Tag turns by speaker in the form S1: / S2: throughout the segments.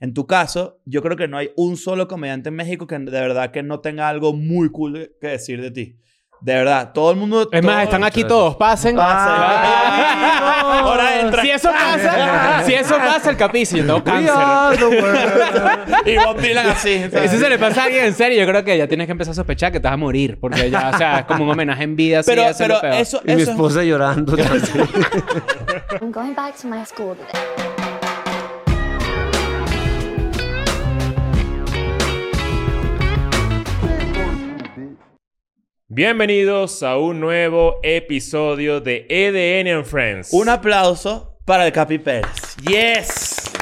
S1: En tu caso, yo creo que no hay un solo comediante en México que de verdad que no tenga algo muy cool que decir de ti. De verdad, todo el mundo...
S2: Es más,
S1: todo-
S2: están aquí todos. Pasen.
S1: Ah, sí. Ahora entra.
S2: Si eso pasa, si eso pasa, el capicio. Yo tengo
S3: We
S2: cáncer.
S3: are the world.
S1: Y Bob Dylan así. ¿sabes?
S2: Eso se le pasa a alguien en serio. Yo creo que ya tienes que empezar a sospechar que te vas a morir. Porque ya, o sea, es como un homenaje en vida. así,
S1: Pero,
S2: eso es lo
S1: pero
S2: peor.
S1: eso,
S3: Y mi
S1: eso es
S3: esposa llorando. también.
S4: I'm going back to my school today.
S5: Bienvenidos a un nuevo episodio de EDN and Friends.
S1: Un aplauso para el Capi Pérez. ¡Yes!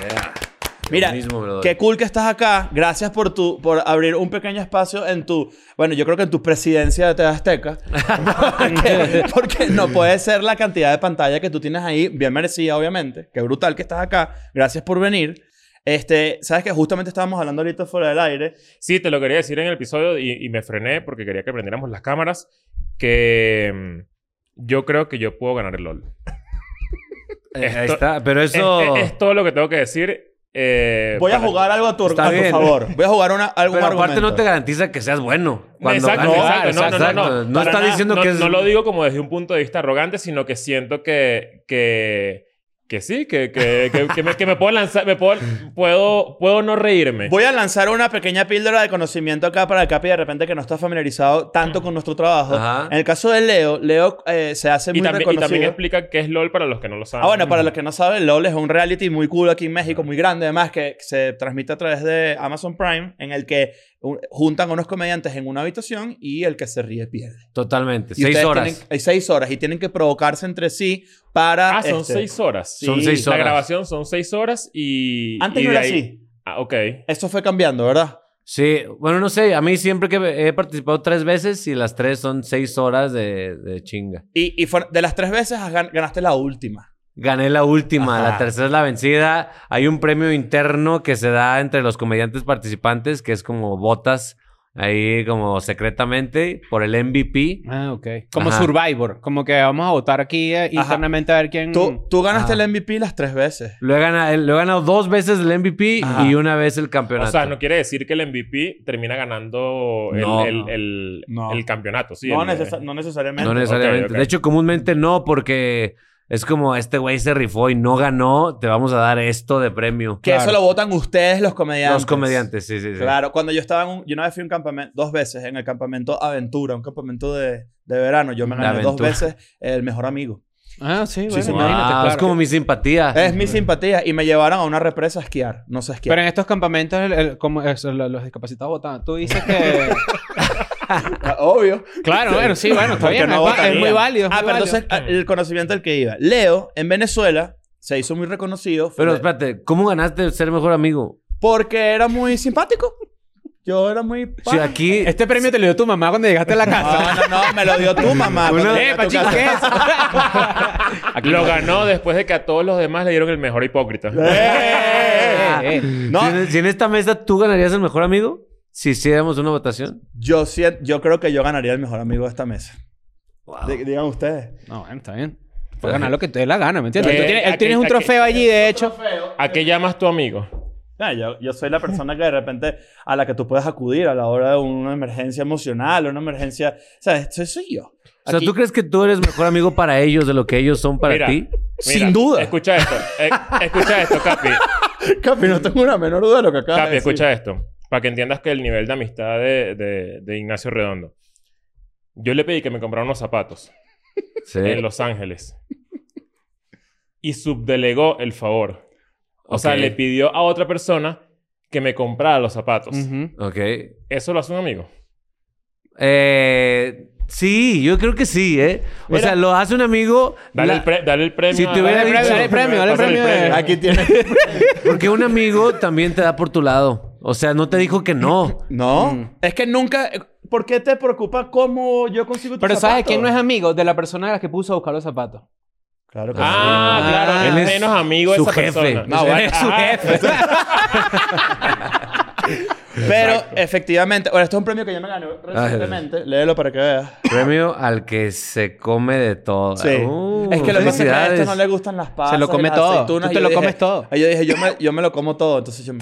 S1: Mira,
S3: Yo mismo me lo doy.
S1: qué cool que estás acá. Gracias por tu, por abrir un pequeño espacio en tu, bueno, yo creo que en tu presidencia de TV Azteca. porque, porque no puede ser la cantidad de pantalla que tú tienes ahí, bien merecida, obviamente. Qué brutal que estás acá. Gracias por venir. Este, sabes que justamente estábamos hablando ahorita fuera del aire.
S5: Sí, te lo quería decir en el episodio y, y me frené porque quería que prendiéramos las cámaras. Que mm, yo creo que yo puedo ganar el LOL.
S3: Eh, Ahí
S5: Esto-
S3: está. Pero
S5: Es-
S3: eso.
S5: Es, es todo lo que tengo que decir. eh,
S1: Voy a
S5: para-
S1: jugar algo a tu,
S3: Está
S1: a tu
S3: bien.
S1: favor. Voy a jugar una, algún
S3: Pero aparte
S1: argumento.
S3: no te garantiza que seas bueno. Cuando
S5: exacto,
S3: ganes.
S5: exacto. No, no, no, no.
S3: Exacto. No
S5: Para
S3: está
S5: nada.
S3: diciendo
S5: No-
S3: que es.
S5: No lo digo como desde un punto de vista arrogante, sino que siento que... que que sí, que, que, que, que me, que me puedo lanzar, me puedo, puedo, puedo no reírme.
S1: Voy a lanzar una pequeña píldora de conocimiento acá para el Capi de repente que no está familiarizado tanto con nuestro trabajo.
S3: Ajá.
S1: En el caso de Leo, Leo eh, se hace
S5: y,
S1: muy
S5: también, y
S1: reconocido.
S5: también explica qué es LOL para los que no lo saben.
S1: Ah, bueno, para los que no saben, LOL es un reality muy cool aquí en México, muy grande además, que se transmite a través de Amazon Prime, en el que uh, juntan a unos comediantes en una habitación y el que se ríe pierde.
S3: Totalmente.
S1: Y
S3: Seis
S1: ustedes
S3: horas.
S1: tienen- hay seis horas y tienen que provocarse entre sí para...
S5: Ah, son
S1: este,
S5: seis horas.
S1: Sí.
S3: Son seis
S5: La
S3: horas.
S5: grabación son seis horas y...
S1: Antes
S5: y
S1: no
S5: de
S1: era
S5: ahí-
S1: así.
S5: Ah, ok.
S1: Esto fue cambiando, ¿verdad?
S3: Sí, bueno, no sé. A mí siempre que he participado tres veces y las tres son seis horas de, de chinga.
S1: Y, y fue- de las tres veces has gan- ganaste la última.
S3: Gané la última,
S1: Ajá.
S3: la tercera es la vencida. Hay un premio interno que se da entre los comediantes participantes que es como botas ahí como secretamente por el MVP.
S2: Ah, ok. Como
S3: Ajá.
S2: Survivor. Como que vamos a votar aquí eh,
S1: Ajá.
S2: internamente a ver quién...
S5: Mm.
S1: Tú, tú ganaste
S3: Ajá.
S1: el MVP las tres veces.
S3: Lo he ganado, lo he ganado dos veces el MVP
S1: Ajá.
S3: y una vez el
S5: O
S3: campeonato.
S5: sea, no quiere decir que el MVP termina ganando el,
S3: No.
S5: el, el-
S1: No.
S5: el campeonato. Sí,
S1: no,
S5: el- eh,
S1: necesa- no necesariamente.
S3: No necesariamente.
S5: Ok, ok.
S3: De hecho, comúnmente no, porque es como este güey se rifó y no ganó, te vamos a dar esto de premio.
S1: que eso lo votan ustedes los comediantes.
S3: Los comediantes, sí, sí, sí.
S1: Claro, cuando yo estaba en un, yo una vez fui a un campamento, dos veces en el campamento Aventura, un campamento de, de verano. Yo me
S3: De
S1: gané dos
S3: aventura.
S1: veces el mejor amigo.
S2: Ah, sí, bueno,
S1: sí.
S3: Wow,
S2: imagínate.
S3: Es
S2: claro.
S3: como mi simpatía.
S5: Eh,
S1: Es mi simpatía y me llevaron a una represa a esquiar. No sé esquiar.
S2: Pero en estos campamentos, el- el- como eso, lo- los discapacitados votan. Tú dices que...
S1: Ah, Obvio.
S2: claro, bueno, sí, bueno, está
S1: Porque
S2: bien.
S1: no
S2: es va- es,
S1: votarían.
S2: muy válido. es
S1: Ah,
S2: muy
S1: pero
S2: válido.
S1: entonces ah, el conocimiento al que iba. Leo, en Venezuela, se hizo muy reconocido. fue-
S5: eh.
S3: Pero espérate, ¿cómo ganaste ser mejor amigo?
S1: Porque era muy simpático. Yo era muy...
S3: Si
S1: pana.
S5: eh,
S3: aquí.
S2: Este premio te lo dio tu mamá cuando llegaste a la
S1: No,
S2: casa.
S1: no, no, me lo dio tu mamá.
S2: Ah,
S3: Una-
S1: cuando llegué a
S2: ¡Epa,
S1: tu
S2: chico,
S1: casa.
S2: Eh, qué es!
S5: Lo ganó después de que a todos los demás le dieron el mejor hipócrita.
S1: ¡Eh!
S3: Ah,
S2: Eh, eh.
S1: No,
S3: si en- Si en esta mesa tú ganarías el mejor amigo, si hiciéramos una votación.
S1: yo, sien- yo creo que yo ganaría el mejor amigo de esta mesa.
S3: Wow.
S1: Di- digan ustedes.
S2: No, bueno, está bien. Puedes ganar lo que te dé la gana, ¿me entiendes?
S5: Eh,
S2: Tú tienes, él
S5: aquí-
S2: tienes un
S5: aquí-
S2: trofeo allí, de hecho.
S5: ¿A qué llamas tu amigo?
S1: Ah, yo, yo soy la persona que de repente a la que tú puedes acudir a la hora de una emergencia emocional, una emergencia. O sea, eso soy yo.
S3: O sea,
S1: Aquí-
S3: ¿tú crees que tú eres mejor amigo para ellos de lo que ellos son para
S5: Mira,
S3: ti?
S1: Sin duda.
S5: Escucha esto. Eh, escucha esto, Capi.
S1: Capi, no tengo una menor duda de lo que acabas
S5: Capi,
S1: de decir.
S5: escucha esto. Para que entiendas que el nivel de amistad de, de- de Ignacio Redondo. Yo le pedí que me comprara unos zapatos
S3: Sí.
S5: en Los Ángeles. Y subdelegó el favor. O sea,
S3: Ok.
S5: le pidió a otra persona que me comprara los zapatos.
S2: Ujú.
S3: Ok.
S5: Eso lo hace un amigo.
S3: Eh, sí, yo creo que sí, ¿eh? O
S5: Mira.
S3: sea, lo hace un amigo.
S5: Dale,
S3: la-
S5: el, pre- dale el premio.
S3: Si te hubiera
S5: Dale el
S3: dicho-
S5: premio,
S2: dale el
S5: pásale
S2: premio, dale el premio.
S1: Aquí tienes.
S3: Porque un amigo también te da por tu lado. O sea, no te dijo que no.
S1: No.
S2: Mm.
S1: Es que nunca. eh, ¿Por qué te preocupa cómo yo consigo tus
S2: Pero ¿sabes
S1: zapatos?
S2: quién no es amigo? De la persona a la que puso a buscar los zapatos.
S1: Claro que
S5: Ah,
S2: Ah,
S5: claro.
S2: él
S5: es
S3: es
S5: menos amigo de
S3: su
S5: esa
S3: jefe.
S2: Ah.
S5: persona.
S3: No,
S5: Él
S1: bueno,
S5: es su jefe.
S1: sí. Pero
S5: Exacto.
S1: Efectivamente. Ahora, esto es un premio que yo me gané recientemente. Léelo para que veas.
S3: Premio al que se come de todo.
S1: Sí.
S3: Uh,
S1: es que lo que pasa es que a
S3: felicidades.
S1: esto no le gustan las pasas.
S2: Se lo come
S1: las
S2: todo.
S1: aceitunas.
S2: Tú te
S1: Y yo
S2: lo
S1: dije-
S2: comes todo.
S1: y Yo dije, yo me, yo me lo como todo. Entonces yo me...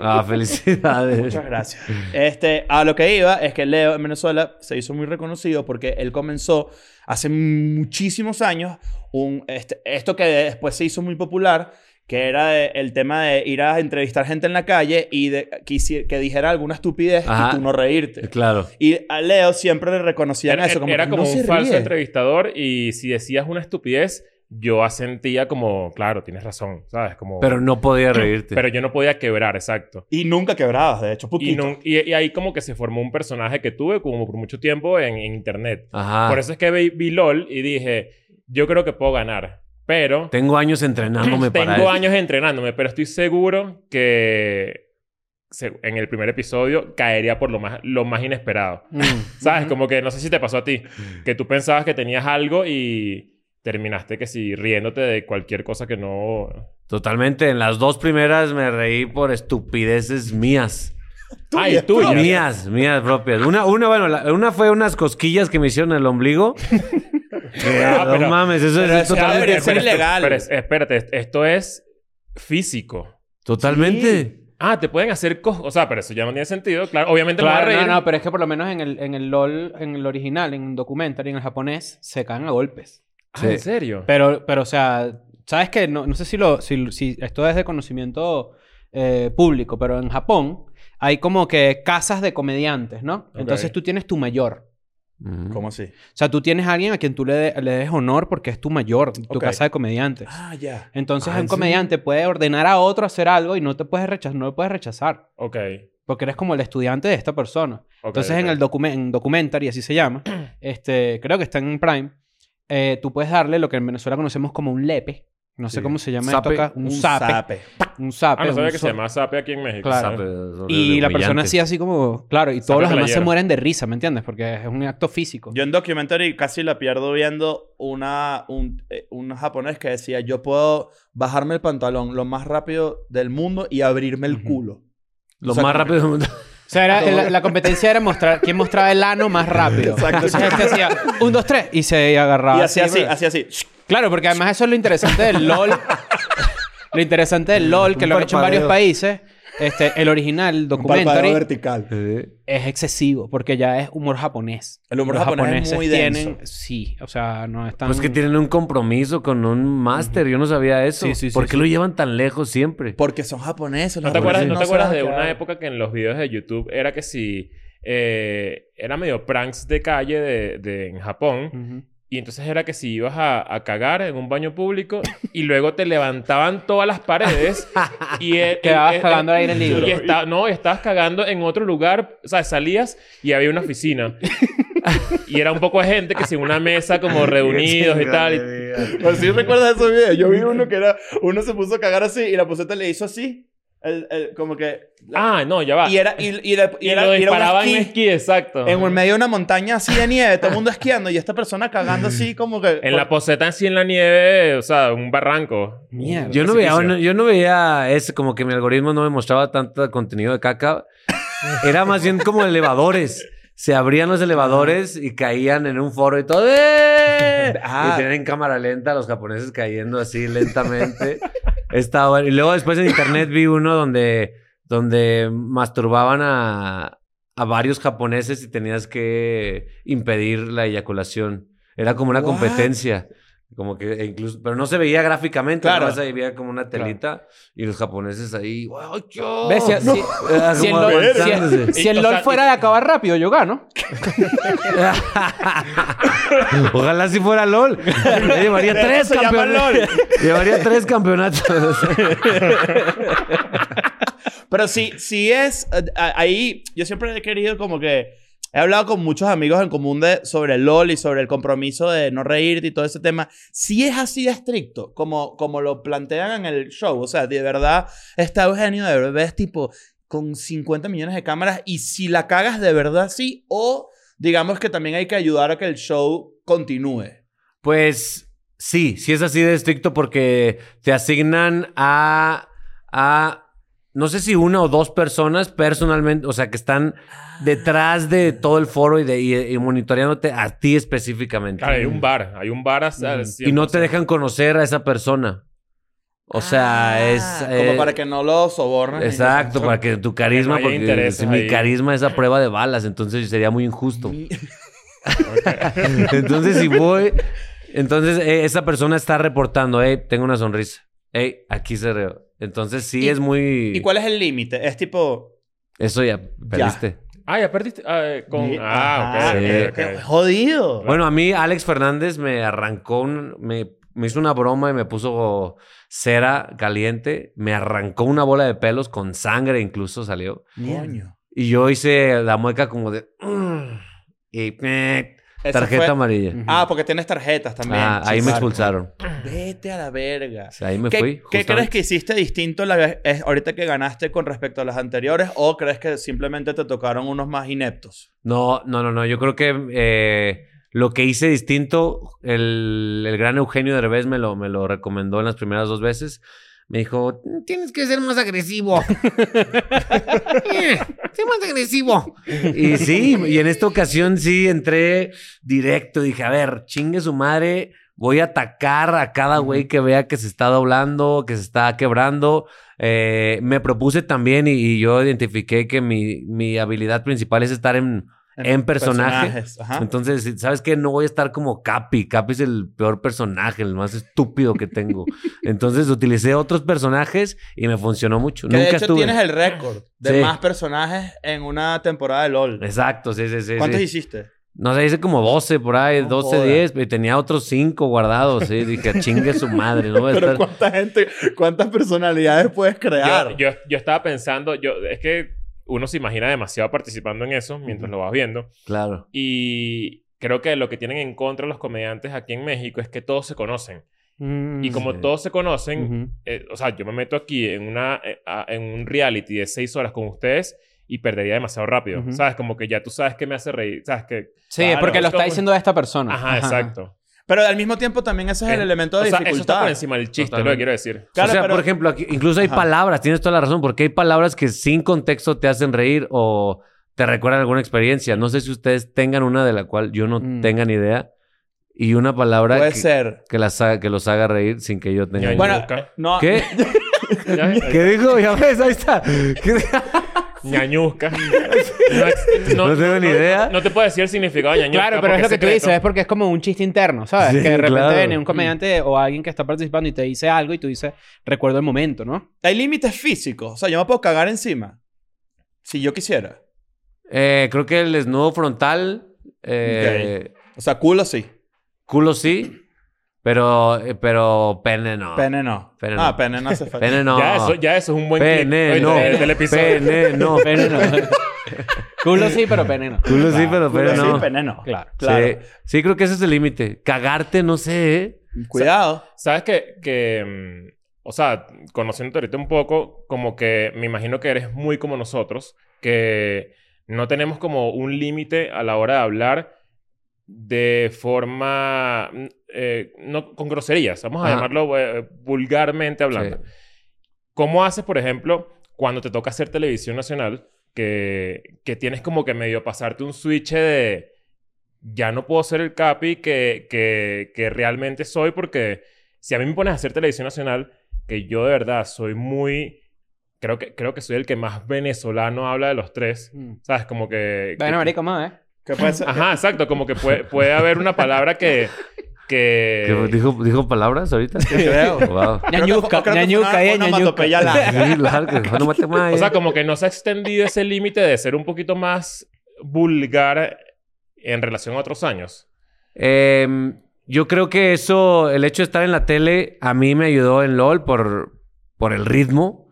S3: Ah, felicidades.
S1: Muchas gracias. Este, a lo que iba es que Leo en Venezuela se hizo muy reconocido porque él comenzó hace muchísimos años un, este- esto que después se hizo muy popular, que era de- el tema de ir a entrevistar gente en la calle y de, que, hici- que dijera alguna estupidez y
S3: Ajá.
S1: tú no reírte.
S3: Claro.
S1: Y a Leo siempre le reconocían
S5: Era,
S1: eso. Como
S5: era
S1: que
S5: como
S1: no
S5: un
S1: se
S5: falso
S1: ríe.
S5: entrevistador y si decías una estupidez, yo asentía como, claro, tienes razón, ¿sabes? Como,
S3: Pero no podía reírte.
S5: pero yo no podía quebrar, exacto.
S1: Y nunca quebrabas, de hecho,
S5: Y,
S1: putito.
S5: no- y- y ahí como que se formó un personaje que tuve como por mucho tiempo en, en internet.
S3: Ajá.
S5: Por eso es que vi, vi LOL y dije, yo creo que puedo ganar. Pero
S3: Tengo años entrenándome para
S5: tengo
S3: esto.
S5: años entrenándome, pero estoy seguro que se- en el primer episodio caería por lo más, lo más inesperado.
S2: Mm.
S5: ¿Sabes? Como que no sé si te pasó a ti, que tú pensabas que tenías algo y terminaste que si riéndote de cualquier cosa que no...
S3: Totalmente. En las dos primeras me reí por estupideces mías.
S5: Ay, tuya.
S3: Mías, mías propias. Una, una bueno, la- una fue unas cosquillas que me hicieron en el ombligo. Que,
S5: Ah,
S3: no
S5: pero-
S3: mames, eso
S1: pero
S3: es
S1: eso
S3: totalmente.
S1: debería ser
S5: Pero esto-
S1: ilegal.
S5: pero es- espérate, es- esto es físico.
S3: Totalmente.
S5: Ah, te pueden hacer cosas... O sea, pero eso ya no tiene sentido. Claro, obviamente me voy a
S2: Claro, no,
S5: reír.
S2: no, pero es que por lo menos en el, en el LOL, en el original, en el documentary, en el japonés, se caen a golpes.
S5: Ah,
S3: Sí.
S5: ¿En serio?
S2: Pero, pero o sea, ¿sabes qué? No, no sé si, lo, si, si esto es de conocimiento eh, público, pero en Japón hay como que casas de comediantes, ¿no?
S1: Ok.
S2: Entonces tú tienes tu mayor.
S3: Ujú.
S1: ¿Cómo así?
S2: O sea, tú tienes a alguien a quien tú le, de- le des honor porque es tu mayor, tu
S1: Ok.
S2: casa de comediantes.
S1: Ah, ya.
S2: Entonces
S3: Ah,
S2: un
S3: ¿en serio?
S2: comediante puede ordenar a otro hacer algo y no te puedes rechazar, no lo puedes rechazar.
S5: Ok.
S2: Porque eres como el estudiante de esta persona. Entonces, en el docu- en documentary, así se llama, este, creo que está en Prime, eh, tú puedes darle lo que en Venezuela conocemos como un lepe. No sé
S1: Sí.
S2: cómo se llama
S3: Zape.
S2: esto acá. Un, zape. Un zape.
S5: Ah, no sabía
S2: un
S5: que
S2: so-
S5: se llamaba Sape aquí en México.
S2: Claro.
S3: O sea, Ah, pero-
S2: Y la persona así, así como... Claro, y todos los
S5: de la
S2: demás se
S5: hiera.
S2: mueren de risa, ¿me entiendes? Porque es un acto físico.
S1: Yo en documentary casi la pierdo viendo una, un, eh, un japonés que decía, yo puedo bajarme el pantalón lo más rápido del mundo y abrirme el
S2: Ujú.
S1: culo.
S3: Lo
S1: O sea,
S3: más rápido pues del mundo.
S2: O sea, era- la, la competencia era mostrar quién mostraba el ano más rápido.
S1: Exacto.
S2: Entonces este hacía un, dos, tres y se agarraba.
S1: Y así, así,
S2: ¿verdad?
S1: así, así.
S2: Claro, porque además eso es lo interesante del LOL. lo interesante del LOL, que
S3: Un
S2: lo han hecho en varios
S3: parpadeo.
S2: países. Este, el original, el
S1: Un parpadeo
S2: documentary,
S1: vertical.
S2: es excesivo porque ya es humor japonés.
S1: El humor
S2: Los
S1: japonés es
S2: japoneses
S1: muy denso.
S2: tienen, Sí, o sea, no es tan...
S3: Pues que tienen un compromiso con un máster. Yo no sabía eso.
S2: Sí, sí, sí,
S3: ¿Por qué
S2: sí.
S3: lo llevan tan lejos siempre?
S1: Porque son japoneses.
S5: ¿No
S1: los
S5: te acuerdas,
S1: japoneses
S5: ¿no te
S1: se
S5: acuerdas
S1: van a
S5: de una
S1: quedar.
S5: época que en los videos de YouTube era que si... eh, era medio pranks de calle de, de- en Japón.
S2: Ujú.
S5: Y entonces era que si ibas a, a cagar en un baño público y luego te levantaban todas las paredes y... eh,
S2: Quedabas
S5: eh,
S2: cagando
S5: eh,
S2: al aire libre.
S5: Y esta- no, y estabas cagando en otro lugar. O sea, salías y había una oficina. y era un poco de gente que si en una mesa como reunidos y tal. y-
S1: Pues sí, recuerdas esos videos. Yo vi uno que era, uno se puso a cagar así y la poseta le hizo así. El- el- como que...
S5: Ah, no, ya va.
S1: Y era, y, y la- y
S5: Y
S1: era, y era un
S5: lo disparaban en
S1: esquí.
S5: esquí, exacto.
S1: En el medio de una montaña así de nieve, todo el mundo esquiando y esta persona cagando así como que...
S5: En la poseta así en la nieve, o sea, un barranco.
S2: Mierda.
S3: Yo no,
S5: precipicio.
S3: veía, yo no veía ese, como que mi algoritmo no me mostraba tanto contenido de caca. Era más bien como elevadores. Se abrían los elevadores y caían en un foro y todo. ¡eh!
S1: Ah.
S3: Y tenían en cámara lenta a los japoneses cayendo así lentamente. Estaba bueno. Y luego después en internet vi uno donde, donde masturbaban a, a varios japoneses y tenías que impedir la eyaculación. Era como una
S1: What?
S3: competencia. Como que e incluso, pero no se veía gráficamente,
S1: Claro.
S3: claro. se veía como una telita y los japoneses ahí, ¡Ay, yo!
S2: ¿Ves? Si, si-
S3: Era
S2: si el
S3: como
S2: LOL, si-
S3: avanzándose.
S2: si el
S5: Y, o
S2: LOL
S5: sea,
S2: fuera de acabar rápido, yo gano.
S3: Ojalá si fuera LOL. Ya llevaría
S1: Eso
S3: tres
S1: se llama
S3: campeonatos. Llevaría tres campeonatos.
S1: Pero sí, sí es... eh, a- ahí yo siempre he querido como que... He hablado con muchos amigos en común de, sobre el LOL y sobre el compromiso de no reírte y todo ese tema. Sí es así de estricto, como, como lo plantean en el show. O sea, de verdad está Eugenio de Derbez tipo con 50 millones de cámaras y si la cagas de verdad sí o digamos que también hay que ayudar a que el show continúe.
S3: Pues sí, sí es así de estricto porque te asignan a, a no sé si una o dos personas personalmente, o sea, que están detrás de todo el foro y, de, y- y monitoreándote a ti específicamente.
S5: Claro, hay un bar. Hay un bar hasta el
S3: Mm. y no te
S5: 100%.
S3: dejan conocer a esa persona. O sea, es...
S1: Como
S3: eh,
S1: para que no lo sobornen.
S3: Exacto, para que tu carisma,
S5: haya
S3: porque
S5: intereses
S3: si mi
S5: ahí.
S3: carisma es a prueba de balas, entonces sería muy injusto. entonces, si voy, entonces eh, esa persona está reportando, hey, tengo una sonrisa, hey, aquí se reo. Entonces sí
S1: ¿Y-
S3: es muy...
S1: ¿Y cuál es el límite? Es tipo...
S3: Eso ya perdiste.
S5: Ah, ya perdiste. Ah, eh, con...
S1: Sí,
S5: Ah,
S1: ajá,
S5: ok,
S3: sí.
S5: ok, ok.
S1: Jodido.
S3: Bueno, a mí Alex Fernández me arrancó, un- me, me hizo una broma y me puso cera caliente, me arrancó una bola de pelos con sangre incluso salió.
S1: Coño.
S3: Y yo hice la mueca como de... "Ugh", Y... eh,
S1: Ese
S3: tarjeta
S1: fue-
S3: amarilla.
S1: Ah, porque tienes tarjetas también.
S3: Ah, ahí
S1: Sí,
S3: me
S1: claro.
S3: expulsaron.
S1: Vete a la verga.
S3: O sea, ahí me
S1: ¿Qué,
S3: fui.
S1: qué crees
S3: justamente.
S1: que hiciste distinto la vez- es- ahorita que ganaste con respecto a las anteriores? ¿O crees que simplemente te tocaron unos más ineptos?
S3: No, no, no, no. Yo creo que eh, lo que hice distinto, el, el gran Eugenio Derbez me lo, me lo recomendó en las primeras dos veces. Me dijo, tienes que ser más agresivo. Eh, sé más agresivo. Y sí, y en esta ocasión sí entré directo. Dije, a ver, chingue su madre. Voy a atacar a cada güey que vea que se está doblando, que se está quebrando. Eh, me propuse también y, y yo identifiqué que mi, mi habilidad principal es estar en... En personaje.
S1: personajes, ajá.
S3: Entonces, ¿sabes qué? No voy a estar como Capi. Capi es el peor personaje, el más estúpido que tengo. Entonces, utilicé otros personajes y me funcionó mucho.
S1: que
S3: Nunca
S1: de hecho
S3: estuve.
S1: tienes el récord de
S3: Sí.
S1: más personajes en una temporada de LOL.
S3: Exacto, sí, sí, sí.
S1: ¿Cuántos
S3: sí.
S1: hiciste?
S3: No sé, hice como 12 por ahí,
S1: No
S3: 12,
S1: jodas.
S3: 10, y tenía otros 5 guardados, sí. Dije, chingue su madre, no voy a estar.
S1: cuánta gente, cuántas personalidades puedes
S5: Yo, yo, yo estaba pensando... Yo, es que uno se imagina demasiado participando en eso mientras lo vas viendo.
S3: Claro.
S5: Y creo que lo que tienen en contra los comediantes aquí en México es que todos se conocen.
S2: Mm.
S5: Y como
S3: Sí.
S5: todos se conocen,
S2: Ujú.
S5: eh, o sea, yo me meto aquí en, una, eh, a- en un reality de seis horas con ustedes y perdería demasiado rápido.
S2: Ujú.
S5: ¿Sabes? Como que ya tú sabes que me hace reír. ¿Sabes? Que,
S2: Sí,
S5: Claro,
S2: porque lo
S5: es
S2: está
S5: como-
S2: diciendo esta
S3: Ah,
S2: persona.
S5: ajá, exacto.
S1: Pero al mismo tiempo también ese es el
S5: Eh,
S1: elemento
S5: O
S1: de
S5: sea, eso está
S1: dificultad.
S5: por encima del chiste, es lo que
S3: Totalmente.
S5: quiero decir.
S1: Claro,
S3: o sea,
S1: pero-
S3: por ejemplo, aquí- incluso hay
S1: Ajá.
S3: palabras, tienes toda la razón, porque hay palabras que sin contexto te hacen reír o te recuerdan alguna experiencia. No sé si ustedes tengan una de la cual yo no
S2: Mm.
S3: tenga ni idea y una palabra
S1: Puede
S3: que,
S1: ser.
S3: que las haga- que los haga reír sin que yo tenga.
S5: Ya,
S3: ni
S1: Bueno,
S3: idea.
S5: Ñañuca.
S1: No,
S3: ¿Qué?
S5: Ya,
S3: ¿Qué dijo? Ya ves, ahí está. ¿Qué-
S5: Ñañusca. No, es-
S3: No tengo ni idea.
S5: No, te puedo decir el significado de ñañusca.
S2: Claro, pero es lo que
S5: porque
S2: tú
S5: secreto.
S2: dices, es porque es como un chiste interno, ¿sabes?
S3: Sí,
S2: que de repente
S3: claro.
S2: viene un comediante o alguien que está participando y te dice algo y tú dices, recuerdo el momento, ¿no?
S1: hay límites físicos. O sea, yo me puedo cagar encima. Si yo quisiera.
S3: Eh, creo que el desnudo frontal, eh,
S1: O sea, culo sí.
S3: culo sí, pero, eh, pero pene no. Pene,
S1: Pene no.
S3: Pene
S1: ah,
S3: no.
S1: pene no hace falta.
S3: no.
S5: Ya eso, ya eso es un buen
S3: Pene,
S5: clip
S3: no.
S5: oye, del- del episodio.
S3: Pene, no.
S2: Pene no. Culo sí, pero pene no.
S3: Culo sí, pero
S1: Culo
S3: pene
S1: sí,
S3: no.
S1: pene no.
S2: Claro.
S1: Claro.
S3: Sí. Sí, creo que ese es el límite. Cagarte, no sé. ¿eh?
S1: Cuidado.
S5: ¿Sabes que, que, mm, o sea, conociéndote ahorita un poco, como que me imagino que eres muy como nosotros, que no tenemos como un límite a la hora de hablar de forma, mm, eh, no con groserías, vamos a
S3: Ajá.
S5: llamarlo eh, vulgarmente hablando.
S3: Sí.
S5: ¿Cómo haces, por ejemplo, cuando te toca hacer televisión nacional, que, que tienes como que medio pasarte un switch de ya no puedo ser el capi que, que, que realmente soy? Porque si a mí me pones a hacer televisión nacional, que yo de verdad soy muy. Creo que, creo que soy el que más venezolano habla de los tres.
S2: Mm.
S5: ¿Sabes? Como que. que-
S2: Bueno, marico, más, ¿eh?
S1: ¿Qué puede ser?
S5: Ajá, exacto. Como que puede, puede haber una palabra que. que
S3: ¿Que ¿Dijo, ¿Dijo palabras ahorita?
S1: Creo.
S3: Wow.
S1: Creo que-
S2: Ñañuca,
S1: creo que fue
S2: ñañuca,
S1: una-
S2: eh,
S1: una
S2: ñañuca.
S1: onomatopeya larga.
S3: Sí, largo. No mate más,
S5: O sea,
S3: ¿eh?
S5: como que no se ha extendido ese límite de ser un poquito más vulgar en relación a otros años.
S3: Em, yo creo que eso, el hecho de estar en la tele, a mí me ayudó en LOL por, por el ritmo.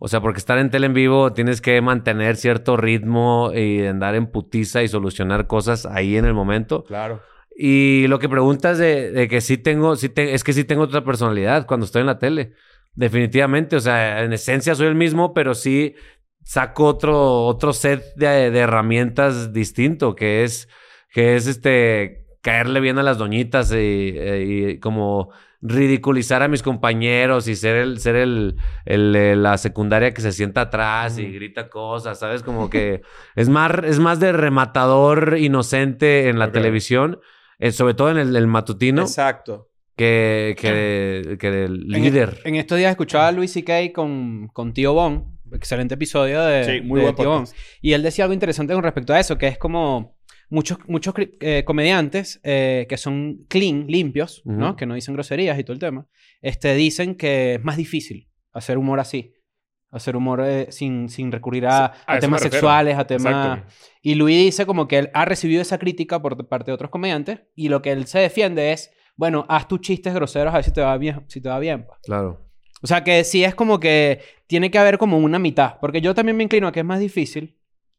S3: O sea, porque estar en tele en vivo tienes que mantener cierto ritmo y andar en putiza y solucionar cosas ahí en el momento.
S5: Claro.
S3: Y lo que preguntas de, de que sí tengo, sí te- es que sí tengo otra personalidad cuando estoy en la tele. Definitivamente, o sea, en esencia soy el mismo, pero sí saco otro, otro set de, de herramientas distinto, que es, que es este, caerle bien a las doñitas y, eh, y como ridiculizar a mis compañeros y ser el, ser el, el de la secundaria que se sienta atrás y grita cosas, ¿sabes? Como que es más, es más de rematador inocente en la
S5: Ok.
S3: televisión, eh, sobre todo en el, el matutino,
S1: Exacto.
S3: que, que, que del
S2: En-
S3: líder.
S2: En, estos días escuchaba a Luis C.K. con, con Tío Bon. Excelente episodio de,
S3: Eh,
S1: Sí, muy
S2: de
S1: buen
S2: Tío Bon.
S1: podcast.
S2: Y él decía algo interesante con respecto a eso, que es como muchos, muchos cri- eh, comediantes eh, que son clean, limpios, ¿no?
S3: Ujú.
S2: Que no dicen groserías y todo el tema. Este, dicen que es más difícil hacer humor así. Hacer humor eh, sin, sin recurrir a,
S5: Sí,
S2: a
S5: a eso
S2: temas
S5: me refiero.
S2: sexuales, a temas...
S5: Exacto.
S2: Y Luis dice como que él ha recibido esa crítica por parte de otros comediantes y lo que él se defiende es, bueno, haz tus chistes groseros a ver si te va bien. Si te va bien pues. pa".
S3: Claro.
S2: O sea que sí es como que tiene que haber como una mitad, porque yo también me inclino a que es más difícil,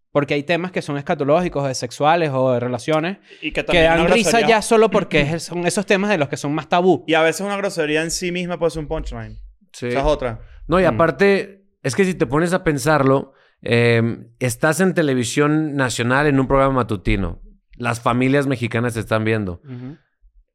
S2: porque hay temas que son escatológicos, de sexuales o de relaciones,
S1: Y que
S2: que
S1: también
S2: dan
S1: una
S2: risa
S1: grosería-
S2: ya solo porque es- son esos temas de los que son más tabú.
S1: Y a veces una grosería en sí misma puede ser un punchline.
S3: Sí.
S1: Esa es otra.
S3: No, y
S2: Mm.
S3: aparte, es que si te pones a pensarlo, eh, estás en televisión nacional en un programa matutino. Las familias mexicanas te están viendo.
S2: Ujú.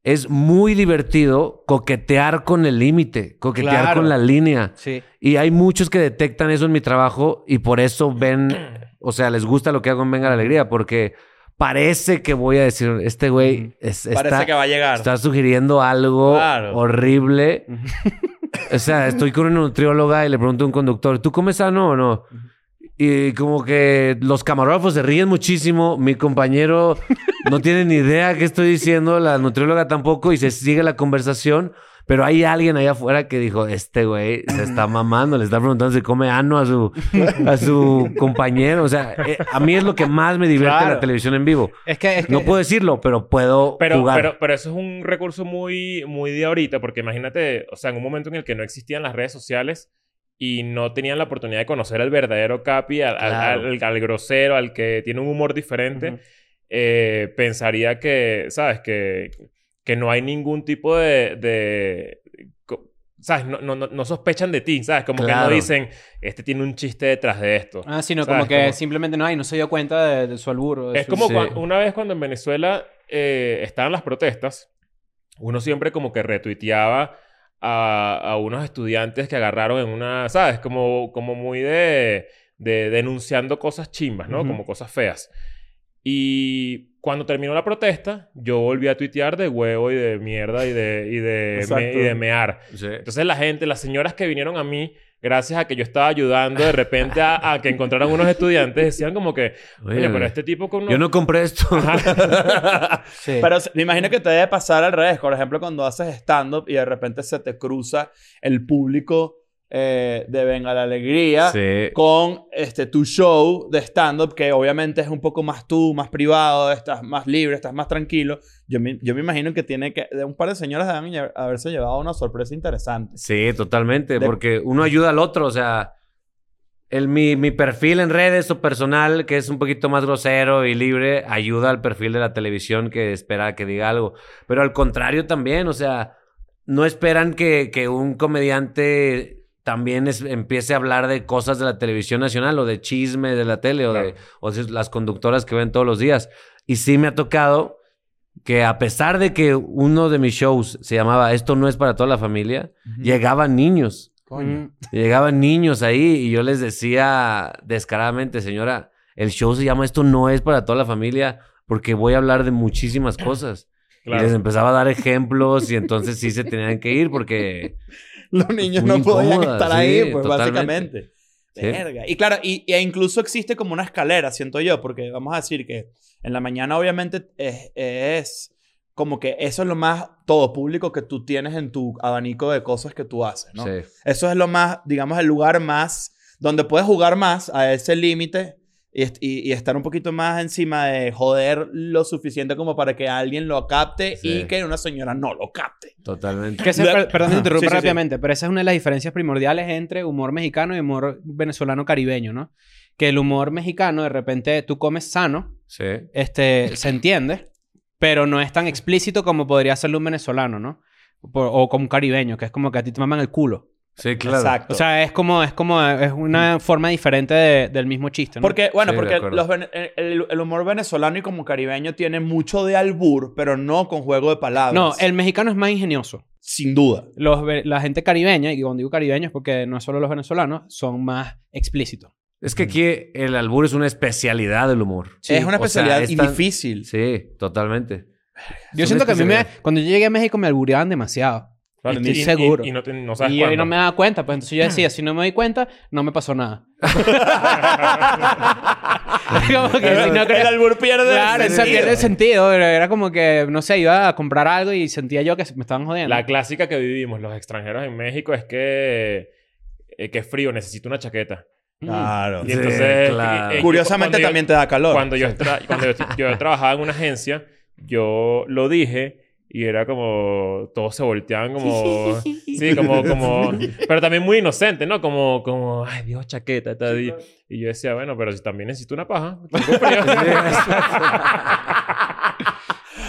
S3: Es muy divertido coquetear con el límite, coquetear
S2: Claro.
S3: con la línea.
S2: Sí.
S3: Y hay muchos que detectan eso en mi trabajo y por eso ven, o sea, les gusta lo que hago en Venga la Alegría, porque parece que voy a decir, este güey es-
S1: Parece
S3: está,
S1: que va a llegar.
S3: está sugiriendo algo
S1: Claro.
S3: horrible. o sea, estoy con una nutrióloga y le pregunto a un conductor, ¿tú comes sano o no? Y como que los camarógrafos se ríen muchísimo, mi compañero no tiene ni idea qué estoy diciendo, la nutrióloga tampoco, y se sigue la conversación. Pero hay alguien allá afuera que dijo, este güey se está mamando, le está preguntando si come ano a su, a su compañero. O sea, eh, a mí es lo que más me divierte en
S2: Claro.
S3: la televisión en vivo.
S2: Es que... es que-
S3: No puedo decirlo, pero puedo
S5: Pero,
S3: jugar.
S5: pero, pero eso es un recurso muy, muy de ahorita, porque imagínate, o sea, en un momento en el que no existían las redes sociales y no tenían la oportunidad de conocer al verdadero Capi, al, al-
S3: Claro.
S5: al- al grosero, al que tiene un humor diferente,
S2: Ujú.
S5: eh, pensaría que, ¿sabes? Que, que no hay ningún tipo de... de- co- ¿Sabes? No, no, no- no sospechan de ti, ¿sabes? Como que
S3: Claro.
S5: no dicen, este tiene un chiste detrás de esto.
S2: Ah, sino
S5: ¿Sabes?
S2: como que
S5: Como-
S2: simplemente no, ay, no se dio cuenta de, de su albur. o de
S5: Es
S2: su-
S5: como
S3: Sí.
S5: cua- una vez cuando en Venezuela eh, estaban las protestas, uno siempre como que retuiteaba a, a unos estudiantes que agarraron en una, ¿sabes? Como, como muy de, de denunciando cosas chimbas, ¿no?
S2: Ujú.
S5: Como cosas feas. Y cuando terminó la protesta, yo volví a tuitear de huevo y de mierda y de, y de, me-
S1: Exacto.
S5: y de mear. Entonces la gente, las señoras que vinieron a mí, gracias a que yo estaba ayudando de repente a, a que encontraran unos estudiantes, decían como que,
S3: Oye,
S5: oye, pero este tipo con
S3: Yo no compré esto.
S2: Sí.
S1: Pero se- me imagino que te debe pasar al revés. Por ejemplo, cuando haces stand-up y de repente se te cruza el público eh, de Venga la Alegría
S3: sí.
S1: con este, tu show de stand-up, que obviamente es un poco más tú, más privado, estás más libre, estás más tranquilo. Yo me, yo me imagino que tiene que... De un par de señoras deben lle- haberse llevado una sorpresa interesante.
S3: Sí, totalmente,
S1: De-
S3: porque uno ayuda al otro, o sea, el, mi, mi perfil en redes o personal, que es un poquito más grosero y libre, ayuda al perfil de la televisión que espera que diga algo. Pero al contrario también, o sea, no esperan que, que un comediante también es- empiece a hablar de cosas de la televisión nacional o de chisme de la tele o de o de las conductoras que ven todos los días. Y sí me ha tocado que a pesar de que uno de mis shows se llamaba Esto no es para toda la familia, llegaban niños.
S2: Mm.
S3: Llegaban niños ahí y yo les decía descaradamente, señora, el show se llama Esto no es para toda la familia porque voy a hablar de muchísimas cosas.
S5: Claro.
S3: Y les empezaba a dar ejemplos y entonces sí se tenían que ir porque...
S1: Los niños
S3: Muy
S1: no podían
S3: incómoda,
S1: estar
S3: sí,
S1: ahí, pues
S3: totalmente.
S1: básicamente.
S3: Sí.
S1: Verga. Y claro, y, y incluso existe como una escalera, siento yo, porque vamos a decir que en la mañana obviamente es, es como que eso es lo más todo público que tú tienes en tu abanico de cosas que tú haces, ¿no?
S3: Sí.
S1: Eso es lo más, digamos, el lugar más donde puedes jugar más a ese límite y, est- y- y estar un poquito más encima de joder lo suficiente como para que alguien lo capte
S3: Sí.
S1: y que una señora no lo capte.
S3: Totalmente.
S2: Que ese-
S1: Lo-
S2: per- perdón, te interrumpo
S1: Sí, sí, sí.
S2: rápidamente, pero esa es una de las diferencias primordiales entre humor mexicano y humor venezolano caribeño, ¿no? Que el humor mexicano, de repente, tú comes sano,
S3: Sí.
S2: este, se entiende, pero no es tan explícito como podría serlo un venezolano, ¿no? Por- o como un caribeño, que es como que a ti te maman el culo.
S3: Sí, claro.
S1: Exacto.
S2: O sea, es como, es como, es una forma diferente de- del mismo chiste, ¿no?
S1: Porque, bueno,
S3: Sí, de
S1: porque
S3: acuerdo.
S1: los vene- el, el humor venezolano y como caribeño tiene mucho de albur, pero no con juego de palabras.
S2: No, el mexicano es más ingenioso.
S1: Sin duda.
S2: Los, ve- la gente caribeña, y cuando digo caribeños porque no es solo los venezolanos, son más explícitos.
S3: Es que aquí el albur es una especialidad del humor.
S1: es una
S3: O sea,
S1: especialidad
S3: es tan-
S1: y difícil.
S3: Sí, totalmente.
S2: Yo
S3: Es
S2: siento
S3: una
S2: que a mí me,
S3: especialidad.
S2: cuando yo llegué a México me albureaban demasiado.
S5: Claro,
S2: Estoy
S5: y- y-
S2: seguro.
S5: Y, no, te- no sabes
S2: y yo
S5: cuándo.
S2: no me daba cuenta, pues entonces yo decía, si no me doy cuenta, no me pasó nada. Como que si no
S1: el
S2: creo-
S1: albur pierde
S2: Claro,
S1: el
S2: eso
S1: sentido.
S2: pierde sentido. pero Era como que, no sé, iba a comprar algo y sentía yo que me estaban jodiendo.
S5: La clásica que vivimos los extranjeros en México es que... eh, que es frío, necesito una chaqueta.
S2: Mm.
S1: Claro.
S5: Y
S3: Sí,
S5: entonces...
S3: claro.
S5: eh, eh, yo-
S1: Curiosamente
S5: cuando yo-
S1: también te da calor.
S5: Cuando, yo, tra- cuando yo, yo trabajaba en una agencia, yo lo dije y era como... Todos se volteaban como... Sí, como... como pero también muy inocente, ¿no? Como... como Ay, Dios, chaqueta. está di-". Y yo decía, bueno, pero si también necesito una paja. tengo frío".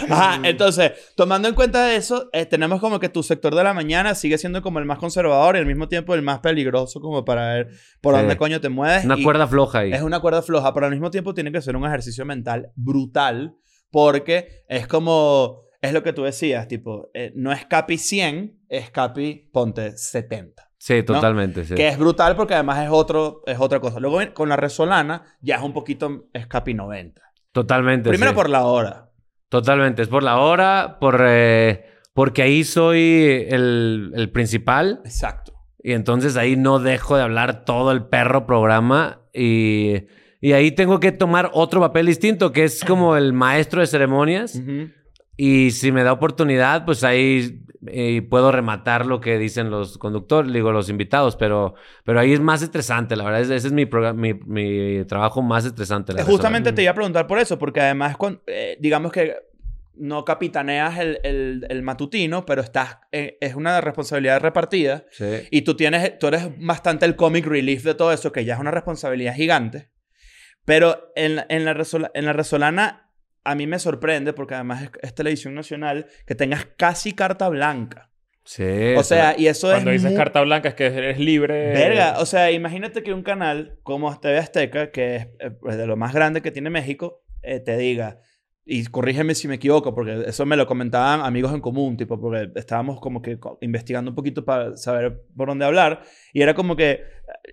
S1: Ajá, entonces, tomando en cuenta eso, eh, tenemos como que tu sector de la mañana sigue siendo como el más conservador y al mismo tiempo el más peligroso como para ver por
S3: Sí.
S1: dónde coño te mueves.
S3: Una
S1: y
S3: cuerda floja ahí.
S1: Es una cuerda floja, pero al mismo tiempo tiene que ser un ejercicio mental brutal porque es como, es lo que tú decías, tipo, eh, no es capi 100, es capi, ponte 70.
S3: Sí, totalmente. Sí.
S1: Que es brutal porque además es, otro, es otra cosa. Luego ven- con la resolana ya es un poquito escapi 90.
S3: Totalmente.
S1: Primero
S3: sí.
S1: por la hora.
S3: Totalmente. Es por la hora, por, eh, porque ahí soy el, el principal
S1: Exacto.
S3: y entonces ahí no dejo de hablar todo el perro programa y, y ahí tengo que tomar otro papel distinto que es como el maestro de ceremonias y si me da oportunidad, pues ahí eh, puedo rematar lo que dicen los conductores, digo, los invitados, pero, pero ahí es más estresante, la verdad. Ese ese es mi, progra- mi, mi trabajo más estresante. la
S1: Eh,
S3: verdad.
S1: Justamente te iba a preguntar por eso, porque además, cuan- eh, digamos que no capitaneas el, el- el matutino, pero estás, eh, es una responsabilidad repartida.
S3: Sí.
S1: Y tú, tienes, tú eres bastante el comic relief de todo eso, que ya es una responsabilidad gigante. Pero en, la- en, la, Resola- en la Resolana a mí me sorprende, porque además es, es televisión nacional, que tengas casi carta blanca.
S3: Sí.
S1: o sea, y eso
S5: Cuando
S1: es...
S5: dices
S1: muy-
S5: carta blanca es que eres libre.
S1: Verga, o sea, imagínate que un canal como TV Azteca, que es eh, pues, de lo más grande que tiene México, eh, te diga, y corrígeme si me equivoco, porque eso me lo comentaban amigos en común, tipo, porque estábamos como que co- investigando un poquito para saber por dónde hablar, y era como que,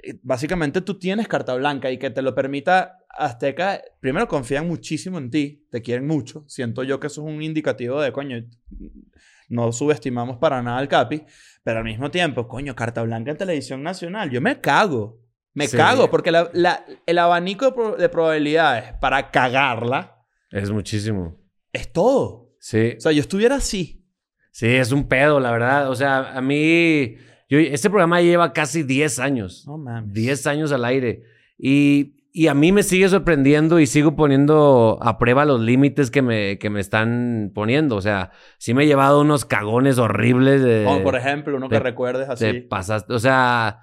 S1: eh, básicamente tú tienes carta blanca y que te lo permita Azteca, primero confían muchísimo en ti, te quieren mucho, siento yo que eso es un indicativo de, coño, no subestimamos para nada al Capi, pero al mismo tiempo, coño, carta blanca en televisión nacional. Yo me cago. Me
S3: Sí.
S1: cago porque la- la- el abanico de, pro- de probabilidades para cagarla
S3: Es muchísimo.
S1: es todo.
S3: Sí.
S1: O sea, yo estuviera así.
S3: Sí, es un pedo, la verdad. O sea, a mí. Yo, este programa lleva casi 10 años.
S1: No mames.
S3: 10 años al aire. Y, y a mí me sigue sorprendiendo y sigo poniendo a prueba los límites que me, que me están poniendo. O sea, sí me he llevado unos cagones horribles de.
S1: Como por ejemplo, uno que
S3: te-
S1: recuerdes así.
S3: Te pasaste. O sea,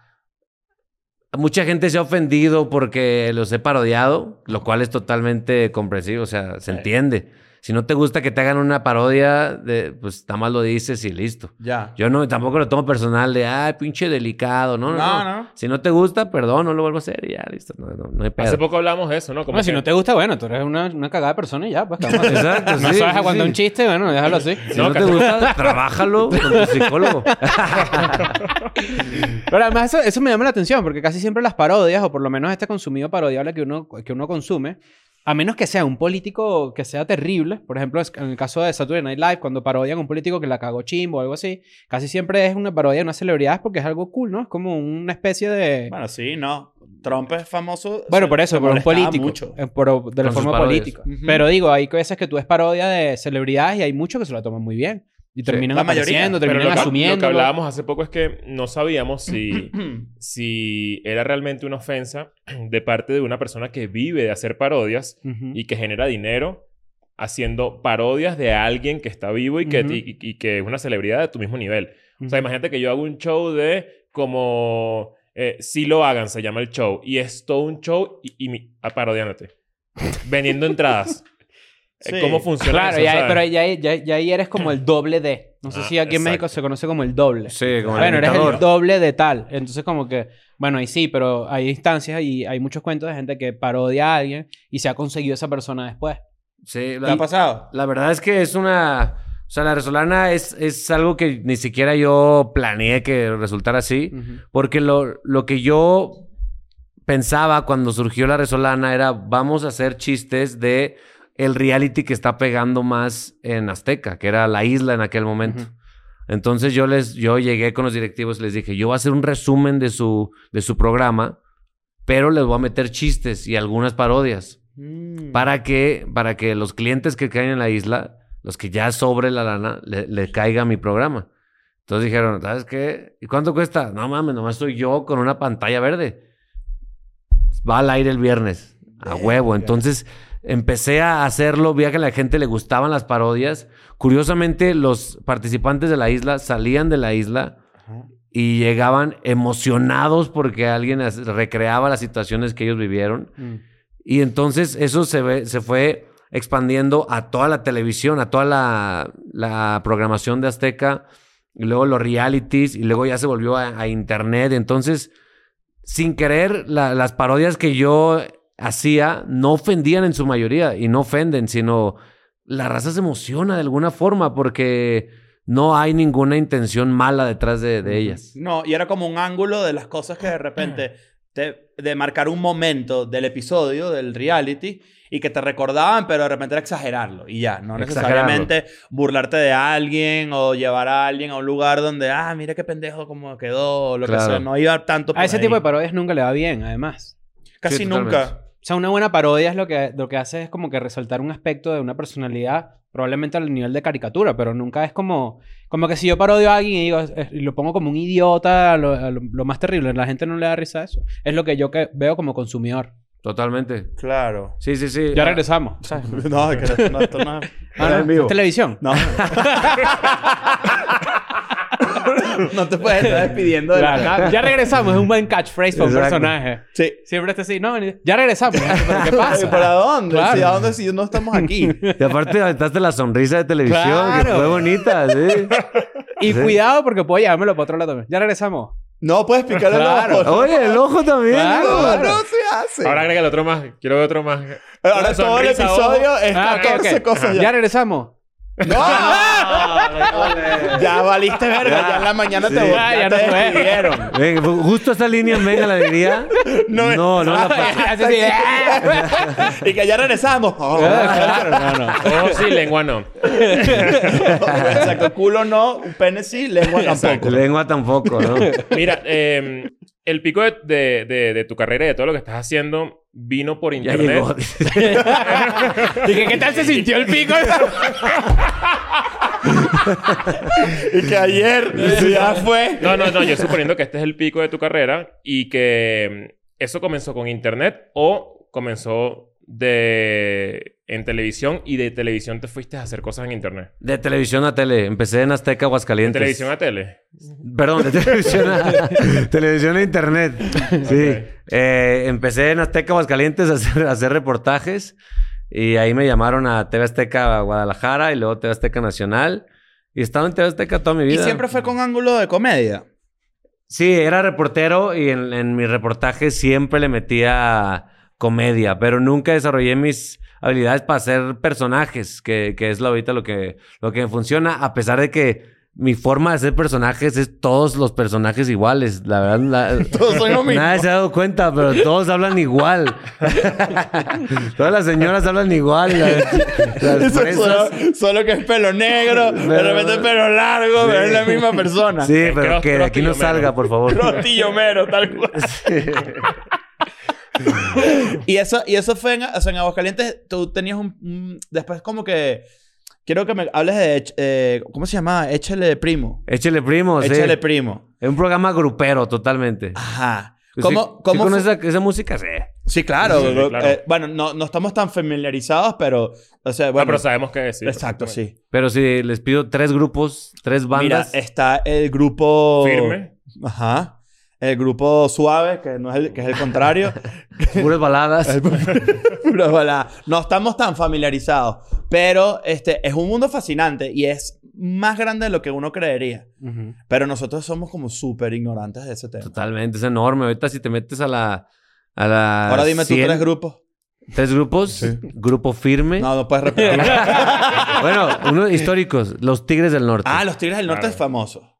S3: mucha gente se ha ofendido porque los he parodiado, lo cual es totalmente comprensible. O sea, se
S1: Sí.
S3: entiende. Si no te gusta que te hagan una parodia, de, pues nada más lo dices y listo.
S1: ya.
S3: Yo no, tampoco lo tomo personal de, ay, pinche delicado. No, no, no. Si no te gusta, perdón, no lo vuelvo a hacer y ya, listo. No, no, no hay pedo.
S5: Hace poco hablamos de eso, ¿no? Como
S2: Bueno, si
S5: que-
S2: no te gusta, bueno, tú eres una, una cagada de persona y ya, pues. ¿qué vamos a hacer?
S3: Exacto,
S2: no
S3: sí,
S2: sabes
S3: sí,
S2: aguantar
S3: sí.
S2: un chiste, bueno, déjalo así.
S3: Si no,
S5: No,
S3: te gusta, trabájalo con tu psicólogo.
S2: Pero además eso, eso me llama la atención, porque casi siempre las parodias, o por lo menos este consumido parodiable que uno, que uno consume, a menos que sea un político que sea terrible, por ejemplo, es- en el caso de Saturday Night Live, cuando parodian a un político que la cagó chimbo o algo así, casi siempre es una parodia de una celebridad porque es algo cool, ¿no? Es como una especie de... Bueno,
S1: Bueno, sí, no. Trump es famoso. se-
S2: por eso,
S1: se
S2: por un
S1: molestaba
S2: político.
S1: mucho.
S2: eh, por- de la
S3: Con sus
S2: forma
S3: parodias.
S2: política.
S1: Ujú.
S2: Pero digo, hay veces que tú es parodia de celebridades y hay muchos que se la toman muy bien. Y terminan
S1: la mayoría.
S2: apareciendo,
S5: Pero
S2: terminan
S5: lo que, lo que
S2: asumiendo.
S5: hablábamos hace poco es que no sabíamos si,
S1: Mm.
S5: si era realmente una ofensa de parte de una persona que vive de hacer parodias y que genera dinero haciendo parodias de alguien que está vivo y que,
S2: Ujú.
S5: y- y que es una celebridad de tu mismo nivel. O sea, imagínate que yo hago un show de como... eh, si lo hagan, se llama el show. Y es todo un show y, y mi- ah, parodiándote. Vendiendo entradas. Eh,
S1: Sí.
S5: ¿Cómo funciona
S2: Claro,
S5: eso,
S2: ya,
S5: sabes?
S2: pero ya, ya- ya ahí eres como el doble de. No sé
S5: Ah,
S2: si aquí en México
S5: exacto.
S2: se conoce como el doble.
S3: Sí, como
S2: bueno,
S3: el
S2: eres
S3: dictador.
S2: el doble de tal. Entonces, como que, bueno, ahí sí, pero hay instancias y hay muchos cuentos de gente que parodia a alguien y se ha conseguido esa persona después.
S3: Sí,
S1: ¿Te ha
S3: la,
S1: pasado?
S3: la verdad es que es una... O sea, la resolana es, es algo que ni siquiera yo planeé que resultara así. Porque lo, lo que yo pensaba cuando surgió la resolana era vamos a hacer chistes de el reality que está pegando más en Azteca, que era la isla en aquel momento.
S2: Ujú.
S3: Entonces yo les yo llegué con los directivos y les dije, "Yo voy a hacer un resumen de su de su programa, pero les voy a meter chistes y algunas parodias."
S2: Mm.
S3: para que, para que los clientes que caen en la isla, los que ya sobre la lana, le, le caiga mi programa. Entonces dijeron, ¿sabes qué? ¿Y cuánto cuesta? No mames, nomás soy yo con una pantalla verde. Va al aire el viernes, a
S1: Verga.
S3: huevo. Entonces empecé a hacerlo, vi a que a la gente le gustaban las parodias. Curiosamente, los participantes de la isla salían de la isla y llegaban emocionados porque alguien as- recreaba las situaciones que ellos vivieron. Y entonces eso se, ve- se fue expandiendo a toda la televisión, a toda la, la programación de Azteca, y luego los realities, y luego ya se volvió a, a Internet. Entonces, sin querer, la- las parodias que yo hacía no ofendían en su mayoría, y no ofenden, sino la raza se emociona de alguna forma porque no hay ninguna intención mala detrás de, de ellas.
S1: No, y era como un ángulo de las cosas que de repente te- de marcar un momento del episodio, del reality, y que te recordaban, pero de repente era exagerarlo y ya, no
S3: Exagerarlo.
S1: necesariamente burlarte de alguien o llevar a alguien a un lugar donde, ah, mira qué pendejo como quedó, o lo que
S3: Claro.
S1: sea, no iba tanto por
S2: A ese
S1: ahí.
S2: tipo de parodias nunca le va bien, además.
S1: Casi
S3: Sí, totalmente.
S1: nunca.
S2: O sea, una buena parodia es lo que, lo que hace es como que resaltar un aspecto de una personalidad, probablemente al nivel de caricatura, pero nunca es como... Como que si yo parodio a alguien y, digo, "Eh, y lo pongo como un idiota, lo, a lo- lo más terrible, la gente no le da risa a eso. Es lo que yo que veo como consumidor.
S3: Totalmente.
S1: Claro.
S3: Sí, sí, sí.
S2: Ya
S3: Ah,
S2: regresamos. ¿sabes?
S1: No, que no, no, esto no es-
S2: Ah, no, ¿es televisión.
S1: No. no te puedes estar despidiendo de
S2: Claro. Ah,
S1: la
S2: Ya regresamos, es un buen catchphrase para un
S3: Exacto.
S2: personaje.
S1: Sí.
S2: Siempre está así, no, ya regresamos. ¿Pero qué
S1: ¿Y
S2: pasa?
S1: ¿Para dónde?
S2: Claro.
S1: Sí, ¿A dónde si no estamos aquí?
S3: Y aparte aventaste la sonrisa de televisión, que
S2: Claro.
S3: fue bonita, sí.
S2: Y cuidado porque puedo llevármelo para otro lado también. Ya regresamos.
S1: No puedes picar el
S2: Claro.
S1: ojo.
S3: Oye, el ojo también.
S2: Claro,
S1: No,
S3: ¿no?
S2: claro.
S1: no se hace.
S5: Ahora agrega otro más. Quiero ver otro más.
S1: Eh, Ahora
S5: Una
S1: todo el
S5: sonrisa,
S1: episodio
S5: ojo.
S1: es
S2: Ah, ok,
S1: 14
S2: ok.
S1: cosas
S2: Ya
S1: ya.
S2: regresamos.
S1: ¡No! ya valiste verga. Ya, en la mañana te
S3: Sí.
S1: voy.
S2: Ah, ya
S1: te
S2: no fue.
S1: despidieron.
S3: Venga, fu- justo esa línea en Venga la Alegría.
S1: No,
S3: No, no, la pasó.
S2: Así, Ah, sí. Ah,
S1: Y que ya regresamos. Oh,
S2: Claro, no, no.
S5: Ojo sí, lengua no.
S1: Exacto. Culo no, pene sí, lengua tampoco.
S3: Lengua tampoco, ¿no?
S5: Mira, eh, el pico de, de- de- de tu carrera y de todo lo que estás haciendo vino por
S3: Ya
S5: internet.
S3: llegó.
S2: Dije, ¿qué tal se sintió el pico?
S1: Y que ayer ya fue.
S5: No, no, no. Yo suponiendo que este es el pico de tu carrera y que mm, eso comenzó con internet o comenzó de en televisión y de televisión te fuiste a hacer cosas en internet.
S3: De televisión a tele. Empecé en Azteca,
S5: De
S3: Aguascalientes.
S5: televisión a tele. Ah,
S3: Perdón, de televisión a, televisión a internet. Sí. Eh, empecé en Azteca Aguascalientes a hacer, a hacer reportajes y ahí me llamaron a TV Azteca Guadalajara y luego TV Azteca Nacional. Y he estado en TV Azteca toda mi
S1: Y
S3: vida.
S1: siempre fue con ángulo de comedia.
S3: Sí, era reportero y en, en mi reportaje siempre le metía comedia, pero nunca desarrollé mis habilidades para hacer personajes, que, que es lo- ahorita lo que, lo que me funciona, a pesar de que mi forma de hacer personajes es todos los personajes iguales. La verdad, la-
S1: Todos son lo mismo.
S3: nadie se ha dado cuenta, pero todos hablan igual. Todas las señoras hablan igual. las- las
S1: Eso
S3: fresas.
S1: solo, solo que es pelo negro, de repente es pelo largo, pero es la misma persona.
S3: Sí,
S5: Es
S3: pero
S5: cross-
S3: que de aquí no
S5: crostillo mero.
S3: salga, por favor.
S1: Rostillo mero, tal cual. y, eso, y eso fue en, o sea, en Aguascalientes. Tú tenías un, un- Después, como que. Quiero que me hables de. Ech- eh, ¿Cómo se llamaba? Échale primo.
S3: Échele primo, sí.
S1: Échale primo.
S3: Es un programa grupero, totalmente.
S1: Ajá.
S3: Pues
S1: ¿Cómo,
S3: sí- sí
S1: cómo
S3: conoces
S1: fu-
S3: esa, esa música? Sí.
S1: Sí, claro.
S5: Sí, sí, claro.
S1: Eh, bueno, no, no estamos tan familiarizados, pero. O sea, bueno.
S5: ah, pero sabemos que sí.
S1: exacto, sí.
S3: Pero si les pido tres grupos, tres
S1: Mira, eh.
S3: bandas.
S1: está el grupo.
S5: Firme.
S1: Ajá. El grupo suave, que no es el, que es el contrario.
S3: puras baladas.
S1: Pero ojalá. No estamos tan familiarizados. Pero este, es un mundo fascinante y es más grande de lo que uno creería.
S2: Ujú.
S1: Pero nosotros somos como súper ignorantes de ese tema.
S3: Totalmente, es enorme. Ahorita si te metes a la... A la
S1: Ahora dime tú
S3: 100,
S1: tres grupos.
S3: ¿Tres grupos?
S1: Sí.
S3: Grupo firme.
S1: No, no puedes repetir.
S3: Bueno, unos históricos. Los Tigres del Norte.
S1: ah, los Tigres del Norte
S5: Claro.
S1: es famoso.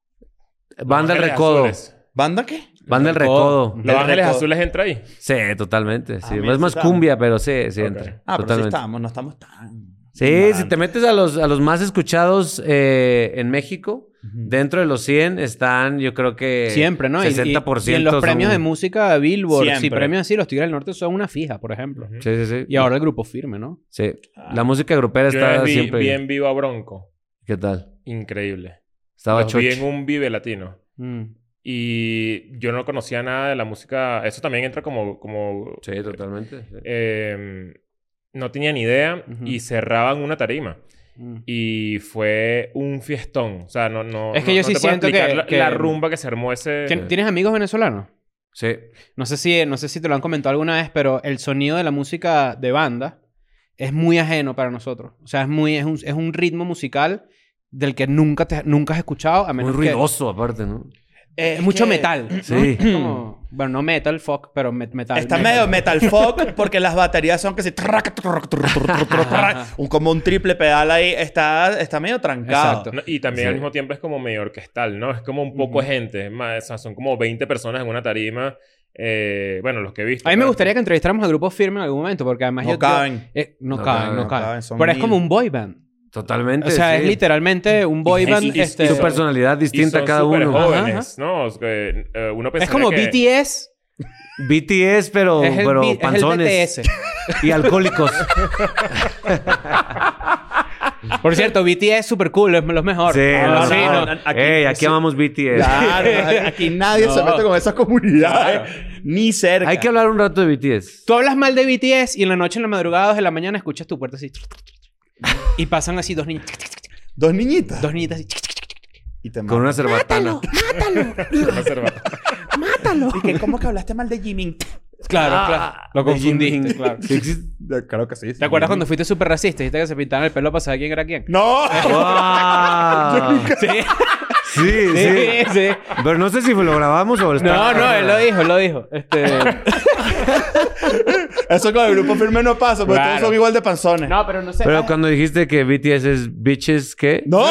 S3: Banda del
S5: Ángeles
S3: Recodo.
S5: Azules.
S1: ¿Banda qué?
S3: Banda del Recodo.
S5: Los Ángeles
S1: Recodo.
S5: Azules entra ahí.
S3: Sí, totalmente. Sí.
S1: Ah, mira,
S3: es más
S1: sí está.
S3: cumbia, pero sí, sí
S5: Ok.
S3: entra.
S1: Ah, pero sí
S3: totalmente.
S1: estamos, no estamos tan.
S3: Sí, si te metes a los, a los más escuchados eh, en México, dentro de los 100 están, yo creo que...
S2: Siempre, ¿no? Y- y-
S3: 60%
S2: Y, en los
S3: son-
S2: premios de música, Billboard, sí,
S1: Siempre.
S2: premios así, los Tigres del Norte son una fija, por ejemplo.
S5: Ujú.
S3: Sí, sí, sí.
S2: Y ahora el grupo firme, ¿no?
S3: Sí.
S1: Ah,
S3: La música grupera
S5: Yo una
S3: está
S5: vez vi,
S3: siempre...
S5: vi en vivo a Bronco.
S3: ¿Qué tal?
S5: Increíble.
S3: Estaba
S5: Los vi
S3: chocho.
S5: en un Vive Latino.
S2: Mm.
S5: Y yo no conocía nada de la música. Eso también entra como... como
S3: Sí, totalmente. sí.
S5: eh, no tenía ni idea.
S2: Ujú.
S5: Y cerraban una tarima.
S2: Mm.
S5: Y fue un fiestón. O sea, no... no
S2: Es que
S5: no-
S2: yo
S5: no
S2: sí
S5: te puedo
S2: siento que-
S5: explicar la,
S2: que-
S5: la rumba que se armó ese...
S2: ¿Tien- ¿Tienes amigos venezolanos?
S3: Sí.
S2: No sé si, no sé si te lo han comentado alguna vez, pero el sonido de la música de banda es muy ajeno para nosotros. O sea, es, muy, es, un, es un ritmo musical del que nunca, te, nunca has escuchado, a
S3: Muy
S2: menos que...
S3: ruidoso aparte, ¿no?
S2: Es mucho
S1: eh, que
S2: metal. ¿no?
S3: Sí.
S2: Como- bueno, no metal, fuck, pero met- metal.
S1: Está
S2: metal.
S1: medio metal folk porque las baterías son que se un como un triple pedal ahí está está medio trancado.
S2: Exacto.
S5: No, y también al
S3: Sí.
S5: mismo tiempo es como medio orquestal, ¿no? Es como un poco
S2: Ujú.
S5: gente. es más, o sea, son como 20 personas en una tarima. Eh, bueno, los que he visto.
S2: A mí me
S5: claro.
S2: gustaría que entrevistáramos al grupo Firme en algún momento, porque además yo...
S1: No
S2: yo-
S1: caben.
S2: eh, no,
S3: No
S2: caben,
S3: caben,
S2: no
S3: no
S2: caben.
S1: caben, son
S2: pero es
S1: mil.
S2: como un boy band.
S3: Totalmente.
S2: O sea, es
S3: sí.
S2: literalmente un boy
S5: Y-
S2: band.
S5: y- y-
S2: este-
S5: y
S3: Su personalidad
S5: Y
S3: distinta
S5: son
S3: cada
S5: súper
S3: uno.
S5: jóvenes,
S2: Ajá,
S5: ¿no? Es, que, eh, uno
S2: es
S5: pensaría
S2: como
S5: que-
S2: BTS,
S3: BTS, pero,
S2: es el,
S3: Oh, pero
S2: B- es el BTS.
S3: panzones. Y alcohólicos.
S2: Por cierto, BTS es súper cool, es lo mejor.
S3: Sí,
S2: Ah,
S3: no,
S2: sí,
S3: no,
S2: no.
S1: aquí-
S3: Ey, aquí
S1: sí.
S3: amamos BTS.
S1: Claro, aquí nadie se mete con esas comunidades ni cerca.
S3: Hay que hablar un rato de BTS.
S2: Tú hablas mal de BTS y en la noche, en la madrugada, de la mañana, escuchas tu puerta así. Y pasan así dos niñas,
S1: dos niñitas
S2: dos niñitas así.
S1: y te
S3: Con una cerbatana.
S5: Una cerveza.
S1: ¿Y que cómo que hablaste mal de Jimin?
S2: Claro, claro. Lo
S3: Ah, de
S2: confundiste,
S3: Jimin.
S2: claro.
S3: Sí existe.
S1: Claro que sí.
S2: ¿Te acuerdas cuando fuiste súper racista? Dijiste que se pintaban el pelo para saber quién era quién.
S1: No.
S3: ¡Wow!
S2: Sí,
S3: Sí, sí.
S2: sí, sí.
S3: Pero no sé si lo grabamos o está.
S2: No, no, él lo dijo, él lo dijo. Este...
S1: Eso con el grupo firme no pasa, porque
S2: Claro.
S1: todos son igual de panzones.
S2: No, pero no sé.
S3: Pero cuando dijiste que BTS es bitches, ¿qué?
S1: No.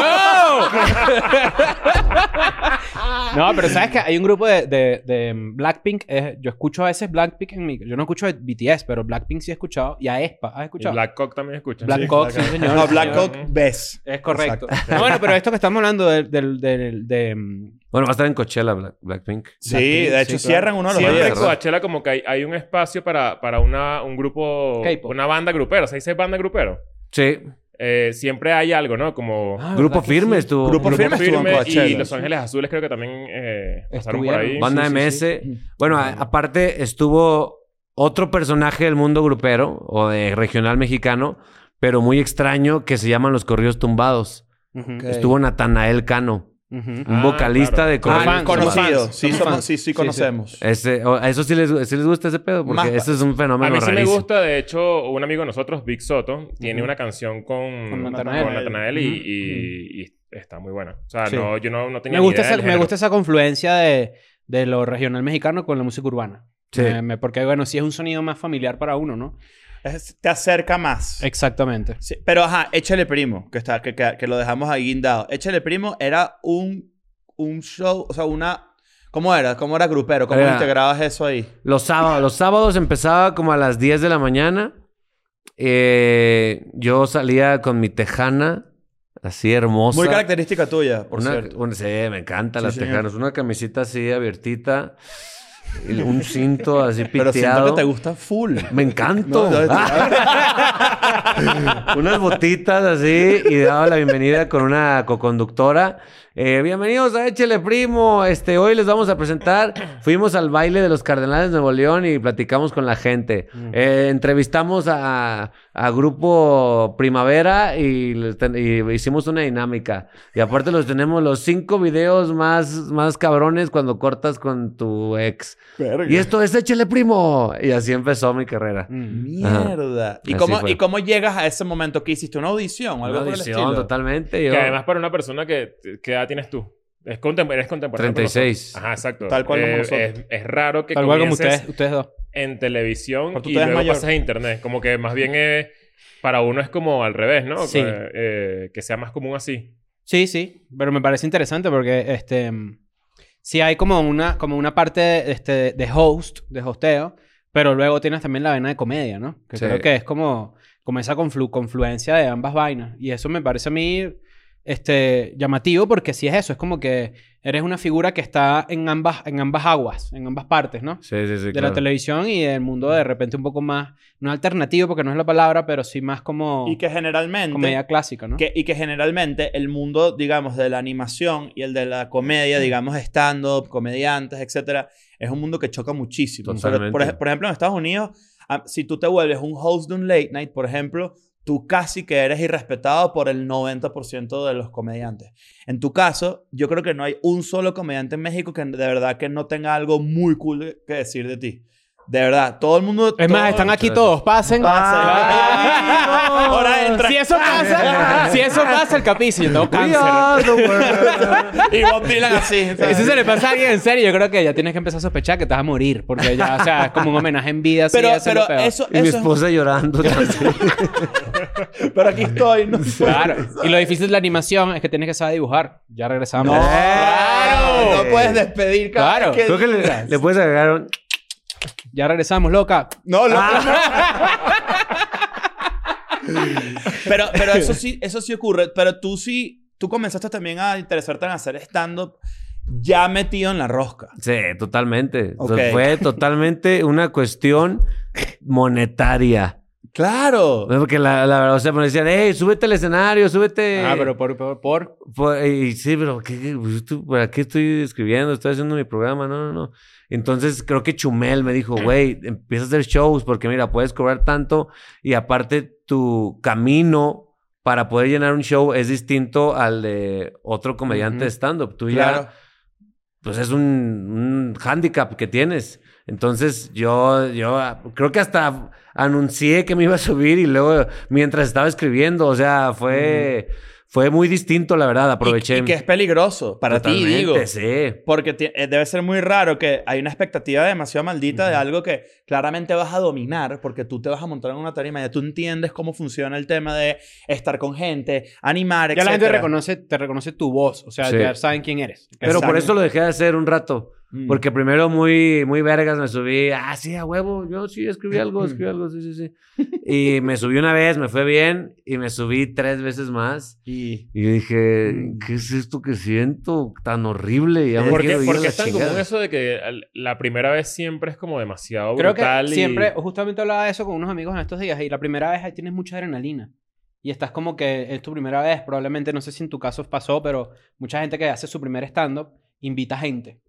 S2: No, pero sabes que hay un grupo de, de- de Blackpink. eh, yo escucho a veces Blackpink en mi. Yo no escucho a BTS, pero Blackpink sí he escuchado. Y a Espa, ¿has
S5: Y
S2: escuchado?
S5: Black Cock también escucha.
S2: Black
S5: Sí,
S2: Cock, sí, señor.
S1: No,
S2: sí,
S1: Black
S2: señor.
S1: Hawk ves.
S2: Es correcto. No, bueno, pero esto que estamos hablando del. del- del- de, mm,
S3: Bueno, va a estar en Coachella, Black- Blackpink.
S1: Sí,
S2: Blackpink,
S1: de hecho
S2: sí, claro.
S1: cierran uno de los
S5: Siempre en
S1: días.
S3: ¿verdad?
S5: Coachella como que hay, hay un espacio para, para una, un grupo...
S2: K-pop.
S5: Una banda grupera. ¿Se dice banda grupero?
S3: Sí.
S5: Eh, siempre hay algo, ¿no? Como...
S2: Ah,
S3: Grupo
S2: ¿verdad que
S3: firme
S2: sí?
S3: estuvo.
S1: Grupo Firme estuvo en Coachella.
S5: y Los Ángeles Azules creo que también eh, pasaron por ahí.
S2: Estuvieron. Sí,
S3: Banda
S2: sí,
S3: MS. Bueno, a- aparte estuvo otro personaje del mundo grupero o de regional mexicano, pero muy extraño que se llaman los corridos tumbados.
S2: Ujú,
S3: Estuvo Natanael Cano,
S2: ujú.
S3: un
S5: Ah,
S3: vocalista
S5: claro.
S3: de
S2: Ah,
S3: corridos
S2: fan,
S3: tumbados.
S1: Conocido. Sí,
S2: Somos
S1: somos-
S2: fans.
S1: sí, sí,
S2: Sí,
S1: conocemos.
S3: Ese, o- a eso sí les, sí les gusta ese pedo, porque
S1: Más pa-
S3: ese es un fenómeno
S5: A mí sí me
S3: rarísimo.
S5: gusta, de hecho, un amigo de nosotros, Big Soto, tiene
S2: Ujú.
S5: una canción con,
S2: Con
S5: con
S2: Natanael.
S5: Natanael, y,
S2: Ujú.
S5: y- y está muy buena. O sea,
S2: Sí.
S5: no, yo no, no tenía
S2: Me, gusta
S5: ni idea
S2: esa,
S5: del
S2: me
S5: género.
S2: gusta esa confluencia de, de lo regional mexicano con la música urbana.
S3: Sí.
S2: Me- me- porque, bueno, sí es un sonido más familiar para uno, ¿no?
S1: Es- te acerca más.
S3: Eh,
S2: Exactamente.
S1: Sí, pero ajá, échale primo, que está que, que, que lo dejamos ahí guindado. Échale primo era un un show, o sea, una ¿Cómo era? ¿Cómo era grupero? ¿Cómo
S3: Era-
S1: integrabas eso ahí?
S3: Los sábados. Los sábados empezaba como a las 10 de la mañana. Eh, yo salía con mi tejana, así hermosa.
S1: Muy característica tuya, por
S3: Una-
S1: cierto.
S3: un- sí, me encantan
S1: Sí,
S3: las
S1: señor.
S3: tejanas. Una camisita así abiertita. y Un cinto así
S1: Pero siento
S3: piteado.
S1: que te gusta full.
S3: Me encanto.
S1: No, no, no.
S3: Ah. Unas botitas así y daba la bienvenida con una coconductora. Eh, bienvenidos a Échele Primo. Este, hoy les vamos a presentar. Fuimos al baile de los Cardenales de Nuevo León y platicamos con la gente. Eh, entrevistamos a, a Grupo Primavera y, les ten- y hicimos una dinámica. Y aparte los tenemos los cinco videos más, más cabrones cuando cortas con tu ex. Alex. Y esto es Échale Primo. Y así empezó mi carrera.
S2: Mm.
S1: Mierda. ¿Y
S3: Así
S1: cómo,
S3: fue.
S1: ¿Y cómo llegas a ese momento que hiciste una audición o algo
S3: Una
S1: por el
S3: audición,
S1: estilo?
S3: totalmente. Yo,
S5: Que además para una persona que... ¿Qué edad tienes tú? Es contem- eres contemporáneo. con
S3: 36.
S5: nosotros. Ajá, exacto.
S1: Tal cual como
S5: Eh,
S1: nosotros.
S5: es, es raro que
S2: Tal cual como
S5: comiences
S2: ustedes, ustedes dos.
S5: en televisión
S1: Pero tú
S5: y
S1: te ves
S5: luego
S1: mayor.
S5: pasas a internet. Como que más bien es... Para uno es como al revés, ¿no?
S2: Sí.
S5: Que, eh, que sea más común así.
S2: Sí, sí. Pero me parece interesante porque este. Sí, hay como una, como una parte este, de host, de hosteo, pero luego tienes también la vena de comedia, ¿no? Que
S3: Sí.
S2: creo que es como, como esa conflu- confluencia de ambas vainas. Y eso me parece a mí este, llamativo porque sí es eso, es como que eres una figura que está en ambas, en ambas aguas, en ambas partes, ¿no?
S3: Sí, sí, sí.
S2: de
S3: claro.
S2: la televisión y del mundo de repente un poco más, no alternativo porque no es la palabra, pero sí más como
S1: Y que generalmente...
S2: comedia clásica, ¿no?
S1: que- y que generalmente el mundo, digamos, de la animación y el de la comedia, digamos, stand-up, comediantes, etcétera, es un mundo que choca muchísimo. Pero, por,
S3: Totalmente.
S1: ej- por ejemplo, en Estados Unidos, ah, si tú te vuelves un host de un late night, por ejemplo, tú casi que eres irrespetado por el 90% de los comediantes. En tu caso, yo creo que no hay un solo comediante en México que de verdad que no tenga algo muy cool que decir de ti. De verdad, todo el mundo...
S2: Es más,
S1: todo-
S2: están aquí todos. Pasen.
S1: Pasa.
S2: Ah.
S1: Ahora entra.
S2: Si eso pasa, si eso pasa, el capicio. Yo tengo
S3: We
S2: cáncer.
S3: are the world.
S1: Y Bob Dylan así. ¿sabes?
S2: Eso se le pasa a alguien en serio. Yo creo que ya tienes que empezar a sospechar que te vas a morir. Porque ya, o sea, es como un homenaje en vida. así,
S1: pero
S2: eso es
S1: pero
S2: lo peor.
S1: eso,
S3: y mi
S1: eso
S3: esposa llorando.
S1: es- Pero aquí estoy. No
S2: Claro. Y lo difícil de la animación es que tienes que saber dibujar. Ya regresamos.
S1: No,
S3: ¡Claro!
S1: No puedes despedir cada
S2: Claro.
S1: vez que
S3: Creo que le,
S1: digas.
S3: le puedes agregar un...
S2: Ya regresamos, loca.
S1: No, lo-
S3: Ah.
S1: pero, pero eso sí, eso sí ocurre. Pero tú sí, tú comenzaste también a interesarte en hacer stand-up ya metido en la rosca.
S3: Sí, totalmente. O sea,
S1: Ok.
S3: Fue totalmente una cuestión monetaria.
S1: Claro.
S3: Porque la, la verdad, o sea, me decían, hey, súbete al escenario, súbete.
S2: Ah, pero por... por, por-
S3: Por- y sí, pero ¿qué, qué- pues, tú, ¿para qué estoy escribiendo? Estoy haciendo mi programa, no, no, no. Entonces creo que Chumel me dijo, güey, empieza a hacer shows porque mira, puedes cobrar tanto y aparte tu camino para poder llenar un show es distinto al de otro comediante
S2: Ujú.
S3: de stand-up. Tú
S1: Claro.
S3: ya, pues es un, un hándicap que tienes. Entonces yo, yo ah, creo que hasta anuncié que me iba a subir y luego mientras estaba escribiendo, o sea, fue... Fue muy distinto, la verdad. Aproveché.
S1: Y, y que es peligroso para ti,
S3: Totalmente,
S1: digo.
S3: Sí.
S1: Porque ti- eh, debe ser muy raro que hay una expectativa demasiado maldita de algo que claramente vas a dominar porque tú te vas a montar en una tarima y tú entiendes cómo funciona el tema de estar con gente, animar, etc.
S2: Ya la gente reconoce, te reconoce tu voz. O sea,
S3: Sí.
S2: ya saben quién eres.
S3: Pero
S1: Exacto.
S3: por eso lo dejé de hacer un rato.
S1: Mm.
S3: Porque primero muy, muy vergas me subí. Ah, sí, a huevo. Yo sí escribí algo, escribí algo. Sí, sí, sí. Y me subí una vez, me fue bien. Y me subí tres veces más.
S1: Y-
S3: Y yo dije, ¿qué es esto que siento tan horrible? Ya me
S5: ¿Por qué,
S3: quiero ir
S5: por
S3: a
S5: qué
S3: la
S5: es tan
S3: chingada.
S5: común eso de que al- la primera vez siempre es como demasiado
S2: Creo
S5: brutal
S2: que siempre,
S5: y...
S2: justamente hablaba de eso con unos amigos en estos días y la primera vez ahí tienes mucha adrenalina. Y estás como que es tu primera vez, probablemente, no sé si en tu caso pasó, pero mucha gente que hace su primer stand-up invita gente.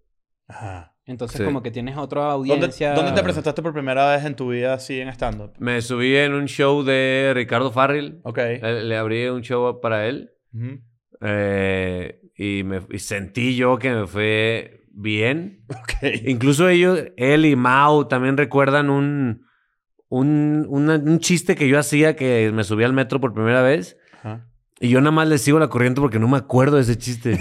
S1: Ajá.
S2: Entonces
S3: Sí.
S2: como que tienes otra
S1: ¿Dónde,
S2: audiencia.
S1: dónde te presentaste por primera vez en tu vida así en stand-up?
S3: Me subí en un show de Ricardo Farril. Eh,
S1: Ok.
S2: Eh.
S3: Le, le abrí un show para él.
S1: Ujú.
S3: Eh, y, me, y sentí yo que me fue bien.
S1: Ok.
S3: Incluso ellos, él y Mau también recuerdan un, un, una- un chiste que yo hacía que me subí al metro por primera vez.
S1: Ajá.
S3: Y yo nada más les sigo la corriente porque no me acuerdo de ese chiste.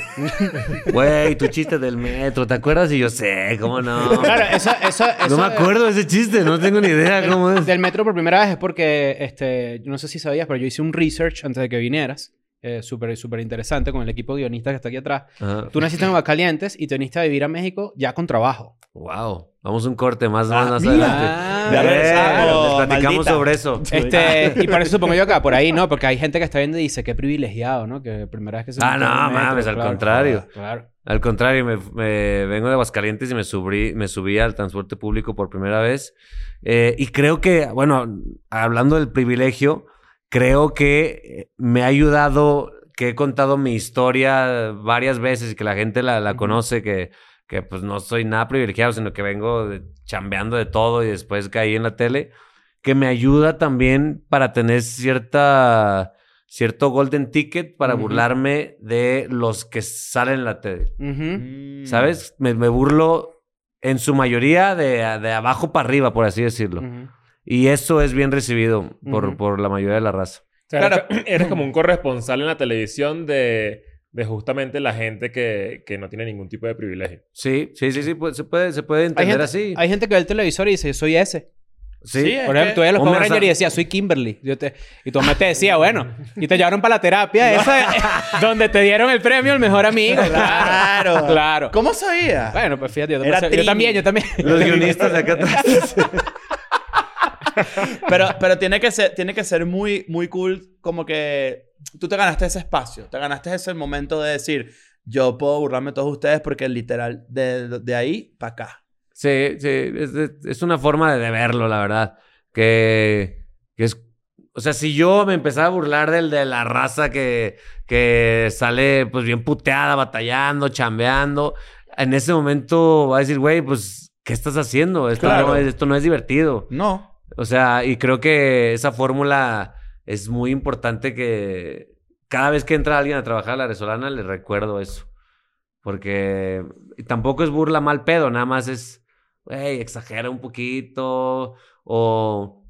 S3: Güey, tu chiste del metro, ¿te acuerdas? Y yo sé, ¿cómo no?
S2: Claro, eso, eso,
S3: no
S2: eso
S3: me
S2: de-
S3: acuerdo de ese chiste, no tengo ni idea cómo es.
S2: Del metro por primera vez es porque, este, yo no sé si sabías, pero yo hice un research antes de que vinieras. eh, súper, súper interesante con el equipo guionista que está aquí atrás.
S3: Ajá.
S2: Tú naciste en Aguascalientes y te viniste a vivir a México ya con trabajo. Ah,
S3: Wow, vamos a un corte más,
S1: Ah,
S3: más, más
S1: mira.
S3: adelante.
S1: Ya
S3: Eh,
S1: regresamos,
S3: les platicamos
S1: maldita.
S3: sobre eso.
S2: Este, y para eso supongo yo acá, por ahí, ¿no? Porque hay gente que está viendo y dice, qué privilegiado, ¿no? Que primera vez que se...
S3: Ah,
S2: montó en
S3: no,
S2: el metro,
S3: mames, al
S2: claro.
S3: contrario.
S2: Claro.
S3: Al contrario, me, me- vengo de Aguascalientes y me subí, me subí al transporte público por primera vez. Eh, y creo que, bueno, hablando del privilegio, creo que eh, me ha ayudado que he contado mi historia varias veces y que la gente la, la
S2: Ujú.
S3: conoce, que, que pues no soy nada privilegiado, sino que vengo de- chambeando de todo y después caí en la tele, que me ayuda también para tener cierta... Cierto golden ticket para
S2: Ujú.
S3: burlarme de los que salen en la tele.
S1: Mm.
S2: Ujú.
S3: ¿Sabes? Me, me burlo en su mayoría de, de abajo para arriba, por así decirlo.
S2: Ujú.
S3: Y eso es bien recibido por,
S2: Ujú.
S3: por la mayoría de la raza.
S5: O sea, eres
S1: Claro.
S5: co- eres como un corresponsal en la televisión de, de justamente la gente que, que no tiene ningún tipo de privilegio.
S3: Sí, sí, sí, sí, pues, se, puede, se puede
S2: Hay
S3: entender
S2: gente,
S3: así.
S2: hay gente que ve el televisor y dice, yo soy ese.
S3: sí.
S1: Sí,
S2: Por
S1: Es
S2: ejemplo,
S1: que-
S2: tú veías los
S3: o
S2: Power
S3: me
S2: Rangers
S3: sa-
S2: y decías, soy Kimberly. Yo te- y tu mamá te decía, bueno. Y te llevaron para la terapia esa de- donde te dieron el premio al mejor amigo. Claro. Claro.
S1: ¿Cómo sabía?
S2: Bueno, pues fíjate. Yo,
S1: Era
S2: yo
S1: Trini.
S2: también, yo también.
S3: Los guionistas de acá atrás.
S1: Pero, pero tiene que ser, tiene que ser muy, muy cool como que tú te ganaste ese espacio, te ganaste ese momento de decir, yo puedo burlarme de todos ustedes porque literal de, de ahí para acá.
S3: Sí, sí, es, es- es una forma de, de verlo, la verdad. Que, que es... O sea, si yo me empezara a burlar del de la raza que, que sale pues bien puteada, batallando, chambeando, en ese momento va a decir, güey, pues, ¿qué estás haciendo? Esto,
S1: Claro.
S3: no, es- esto no es divertido.
S1: No.
S3: O sea, y creo que esa fórmula es muy importante que cada vez que entra alguien a trabajar a la Resolana le recuerdo eso. Porque tampoco es burla mal pedo, nada más es, güey, exagera un poquito o,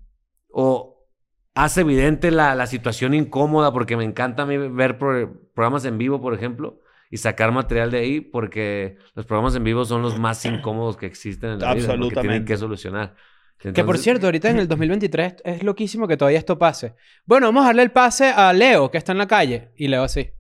S3: o hace evidente la, la situación incómoda porque me encanta a mí ver pro- programas en vivo, por ejemplo, y sacar material de ahí porque los programas en vivo son los más incómodos que existen en la vida. porque tienen
S1: Absolutamente.
S3: que solucionar.
S2: Que por
S3: Entonces-
S2: cierto, ahorita en el 2023 es loquísimo que todavía esto pase. Bueno, vamos a darle el pase a Leo, que está en la calle. Y Leo así.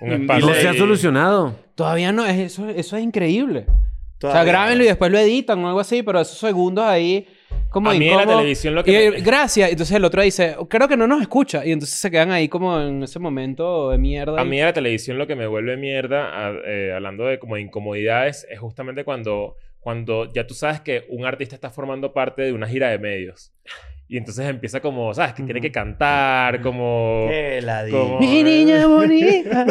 S5: Un
S1: Y
S5: espacio.
S3: Mm, No
S1: le-
S3: se ha solucionado.
S2: Todavía no, es- eso, eso es increíble. O
S1: Todavía.
S2: sea, grábenlo y después lo editan o algo así, pero esos segundos ahí, como
S5: A mí en la
S2: incómodo.
S5: televisión lo que
S2: Y,
S5: me-
S2: eh, Gracias. Entonces el otro dice, creo que no nos escucha. Y entonces se quedan ahí como en ese momento de mierda.
S5: A mí de la televisión lo que me vuelve mierda, a- eh, hablando de como de incomodidades, es justamente cuando, cuando ya tú sabes que un artista está formando parte de una gira de medios. Y entonces empieza como, ¿sabes? Que tiene que cantar, como...
S1: Qué la di.
S5: Como-
S2: Mi niña bonita.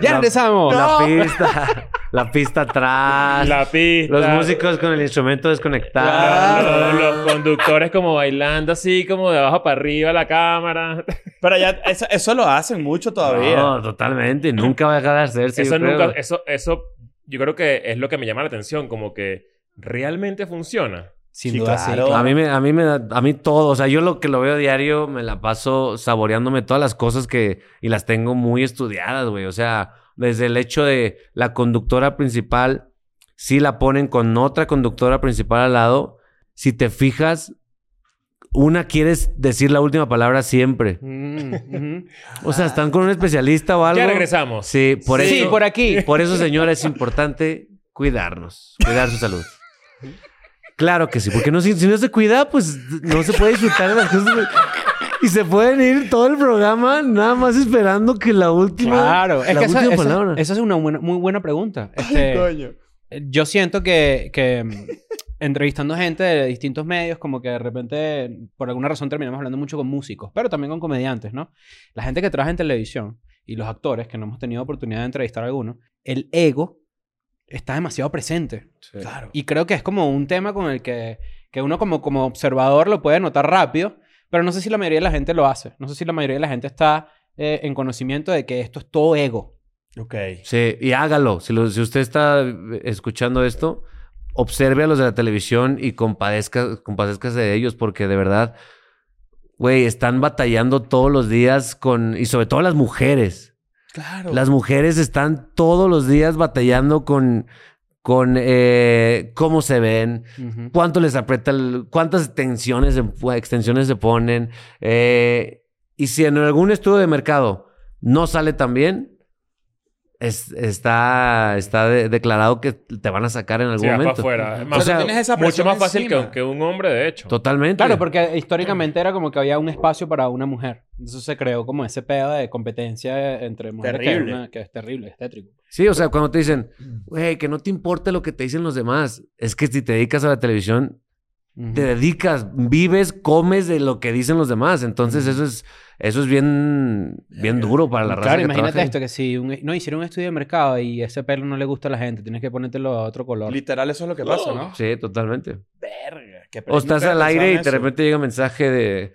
S2: ya
S3: La-
S2: regresamos.
S3: La pista. la pista atrás.
S5: La pista.
S3: Los músicos Ah. con el instrumento desconectado.
S5: Claro, los, los conductores como bailando así, como de abajo para arriba la cámara.
S1: Pero ya eso, eso lo hacen mucho todavía.
S3: No, totalmente. Nunca va a dejar de hacerse.
S5: eso
S3: yo creo.
S5: nunca, eso, eso, yo creo que es lo que me llama la atención, como que realmente funciona.
S2: Sin
S1: Sí,
S2: duda, sí.
S1: claro.
S3: A mí, me, a mí me da, a mí todo, o sea, yo lo que lo veo diario me la paso saboreándome todas las cosas que, y las tengo muy estudiadas, güey, o sea, desde el hecho de la conductora principal, si la ponen con otra conductora principal al lado, si te fijas, una quieres decir la última palabra siempre.
S2: Mm, ujú.
S3: O sea, están con un especialista o algo.
S5: Ya regresamos.
S3: Sí, por
S2: sí,
S3: eso.
S2: por aquí.
S3: Por eso, señora, es importante cuidarnos, cuidar su salud. Claro que sí, porque no, si, si no se cuida, pues no se puede disfrutar de las cosas. Y se pueden ir todo el programa nada más esperando que la última,
S2: Claro, es
S3: la
S2: que esa,
S3: última
S2: esa-
S3: palabra.
S2: esa es una buena- muy buena pregunta. Este,
S1: Coño.
S2: yo siento que, que, mm, entrevistando gente de distintos medios, como que de repente, por alguna razón, terminamos hablando mucho con músicos, pero también con comediantes, ¿no? La gente que trabaja en televisión y los actores, que no hemos tenido oportunidad de entrevistar a alguno, el ego está demasiado presente.
S1: Claro.
S2: Y creo que es como un tema con el que, que uno como, como observador lo puede notar rápido, pero no sé si la mayoría de la gente lo hace. No sé si la mayoría de la gente está eh, en conocimiento de que esto es todo ego.
S1: Ok.
S3: Sí, y hágalo. Si, lo- si usted está escuchando esto, observe a los de la televisión y compadezca, compadezcase de ellos, porque de verdad, güey, están batallando todos los días con, y sobre todo las mujeres.
S1: Claro.
S3: Las mujeres están todos los días batallando con, con eh, cómo se ven,
S2: Ujú.
S3: cuánto les aprieta, el- cuántas tensiones, se- extensiones se ponen. eh, y si en algún estudio de mercado no sale tan bien, es- está, está de- declarado que te van a sacar en algún
S5: Sí, va para
S3: momento.
S5: afuera.
S1: Pero
S5: Más-
S3: O sea,
S1: tú tienes esa
S5: mucho
S1: presión
S5: más fácil que,
S1: encima.
S5: que un hombre, de hecho.
S3: Totalmente.
S2: Claro, porque históricamente era como que había un espacio para una mujer. Entonces se creó como ese pedo de competencia entre mujeres que,
S1: Terrible.
S2: una- que es terrible, es tétrico.
S3: Sí, o sea, cuando te dicen, güey, que no te importe lo que te dicen los demás, es que si te dedicas a la televisión,
S2: Ujú.
S3: te dedicas, vives, comes de lo que dicen los demás. Entonces, eso es, eso es bien, bien duro para la raza.
S2: Eh, Claro,
S3: que
S2: imagínate
S3: trabaja
S2: esto, que si un- no hicieron un estudio de mercado y ese pelo no le gusta a la gente, tienes que ponértelo a otro color.
S1: Literal, eso es lo que pasa, ¿no?
S3: ahí. Sí, totalmente.
S1: Verga. qué
S3: O estás
S1: nunca
S3: al
S1: pensaba en
S3: aire y
S1: eso.
S3: de repente llega un mensaje de.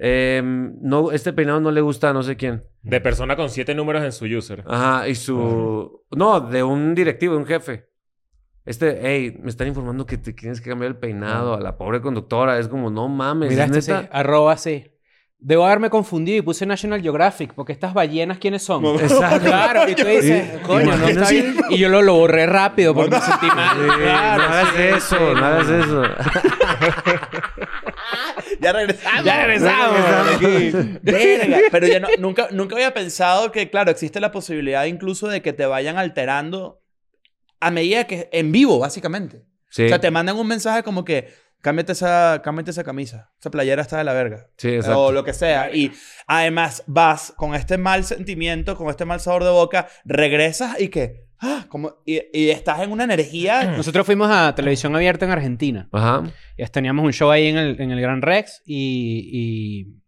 S3: em, no, este peinado no le gusta a no sé quién.
S5: De persona con siete números en su user.
S3: Ajá, y su. No, de un directivo, de un jefe. Este, hey, me están informando que te tienes que cambiar el peinado a la pobre conductora. Es como, no mames,
S2: Mira,
S3: ¿es
S2: este sí,
S3: neta?
S2: arroba sí. Debo haberme confundido y puse National Geographic, porque estas ballenas, ¿quiénes son?
S1: No.
S3: Exacto.
S2: Claro, y tú dices,
S3: Y-
S2: coño, no está
S3: imagínate-
S2: bien. Y yo lo, lo borré rápido porque me sentí
S3: Sí,
S2: mal.
S3: no hagas
S2: sí,
S3: eso,
S2: sí,
S3: no hagas eso.
S1: Ya regresamos.
S2: Ya regresamos.
S1: Aquí. Verga. Pero ya no- nunca, nunca había pensado que, claro, existe la posibilidad incluso de que te vayan alterando a medida que en vivo, básicamente.
S3: Sí,
S1: O sea, te mandan un mensaje como que cámbiate esa, cámbiate esa camisa. Esa playera está de la verga.
S3: sí, exacto.
S1: O lo que sea. Y además vas con este mal sentimiento, con este mal sabor de boca, regresas y que. Ah, como, y, y estás en una energía.
S2: Nosotros fuimos a televisión abierta en Argentina.
S3: Ajá.
S2: Y teníamos un show ahí en el, en el Gran Rex y, y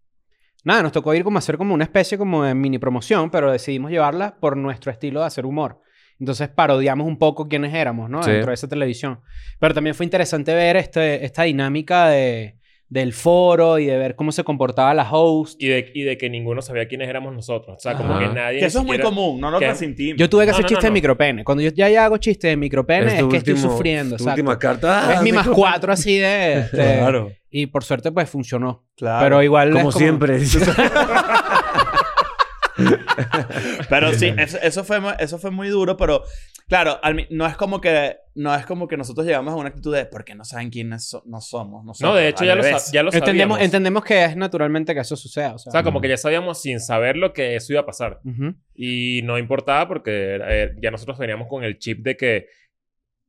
S2: nada, nos tocó ir como a hacer como una especie como de mini promoción, pero decidimos llevarla por nuestro estilo de hacer humor. Entonces parodiamos un poco quiénes éramos, ¿no?
S3: Sí.
S2: Dentro de esa televisión. Pero también fue interesante ver este, esta dinámica de, del foro y de ver cómo se comportaba la host.
S5: Y de, y de que ninguno sabía quiénes éramos nosotros. O sea, como
S3: Ajá.
S5: que nadie.
S1: Que eso
S5: ni
S1: es muy
S5: siquiera-
S1: común, no lo
S5: que-
S1: presentimos.
S2: Yo tuve que hacer
S5: No, no, no,
S2: chistes de
S5: no.
S2: micropene. Cuando yo ya, ya hago chistes de micropene es,
S3: tu
S2: que estoy
S3: último-
S2: sufriendo.
S3: Tu
S2: exacto.
S3: última carta. Ah,
S2: Es mi
S3: me
S2: más
S3: co-
S2: cuatro así de... este,
S1: Claro,
S2: Y por suerte pues funcionó.
S1: claro.
S2: Pero igual es
S3: Como siempre.
S1: Pero sí, eso, eso fue, mu- eso fue muy duro, pero claro, al mi- no es como que no es como que nosotros llegamos a una actitud de porque no saben quiénes so- no somos.
S5: No,
S1: nosotros",
S5: de hecho
S1: al
S5: ya lo,
S1: revés.
S5: sa- ya lo
S2: entendemos,
S5: sabíamos.
S2: entendemos que es naturalmente que eso suceda. O sea,
S5: O sea, como que ya sabíamos sin saberlo que eso iba a pasar.
S2: Ujú.
S5: Y no importaba porque eh, ya nosotros veníamos con el chip de que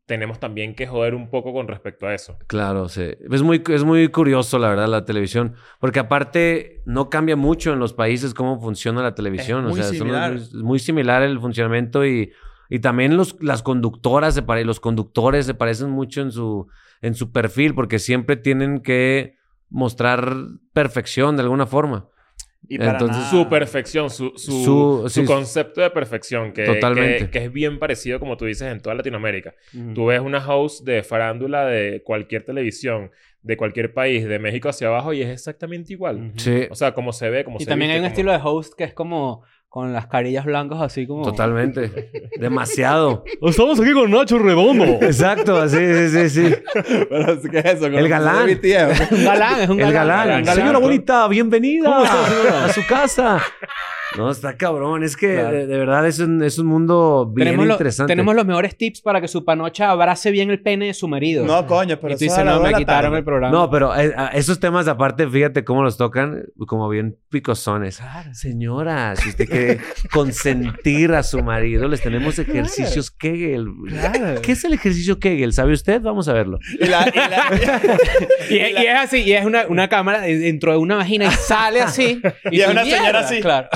S5: tenemos también que joder un poco con respecto a eso.
S3: Claro, sí. Es muy, es muy curioso, la verdad, la televisión. Porque aparte, no cambia mucho en los países cómo funciona la televisión.
S1: muy
S3: o sea, son
S1: similar.
S3: los- es muy similar el funcionamiento y, y también los, las conductoras, se pare- los conductores se parecen mucho en su, en su perfil porque siempre tienen que mostrar perfección de alguna forma.
S1: Y para
S3: Entonces,
S1: nada.
S5: Su perfección, su, su,
S3: Su-
S5: su,
S3: sí,
S5: concepto de perfección, que,
S3: Totalmente.
S5: que, que es bien parecido, como tú dices, en toda Latinoamérica.
S3: Mm.
S5: Tú ves una host de farándula de cualquier televisión, de cualquier país, de México hacia abajo, y es exactamente igual.
S2: Ujú.
S3: Sí,
S5: O sea, como se ve, como
S2: Y
S5: se
S2: también hay un
S5: viste,
S2: estilo de host que es como con las carillas blancas así como...
S3: totalmente. Demasiado.
S2: Estamos aquí con Nacho Redondo.
S3: Exacto, sí, sí, sí. sí.
S1: Pero, ¿qué es eso? Con
S3: El
S1: los
S3: galán.
S1: de mi tía.
S2: un galán, es un
S3: El
S2: galán.
S3: galán.
S5: galán,
S3: Señora
S5: exacto.
S3: bonita, bienvenida
S2: ¿Cómo está, señora?
S3: a su casa. No, está cabrón. Es que
S2: Claro.
S3: de, de verdad es un, es un mundo bien
S2: Tenemos, lo-
S3: interesante.
S2: tenemos los mejores tips para que su panocha abrace bien el pene de su marido.
S1: No, coño, pero
S2: y
S1: eso
S2: tú
S1: es
S2: dices,
S1: a la
S2: no,
S1: hora
S2: me
S1: de la
S2: quitaron
S1: tarde.
S2: el programa.
S3: No, pero eh, a esos temas aparte, fíjate cómo los tocan como bien picosones. Ah, señora, si usted quiere consentir a su marido, les tenemos ejercicios Kegel. ¿Qué es el ejercicio Kegel? ¿Sabe usted? Vamos a verlo.
S1: Y la- y la-
S2: y, es, y es así, y es una, una cámara de- dentro de una vagina y sale así.
S1: Y es
S2: tú,
S1: una señora
S2: "Mierda".
S1: así.
S2: Claro.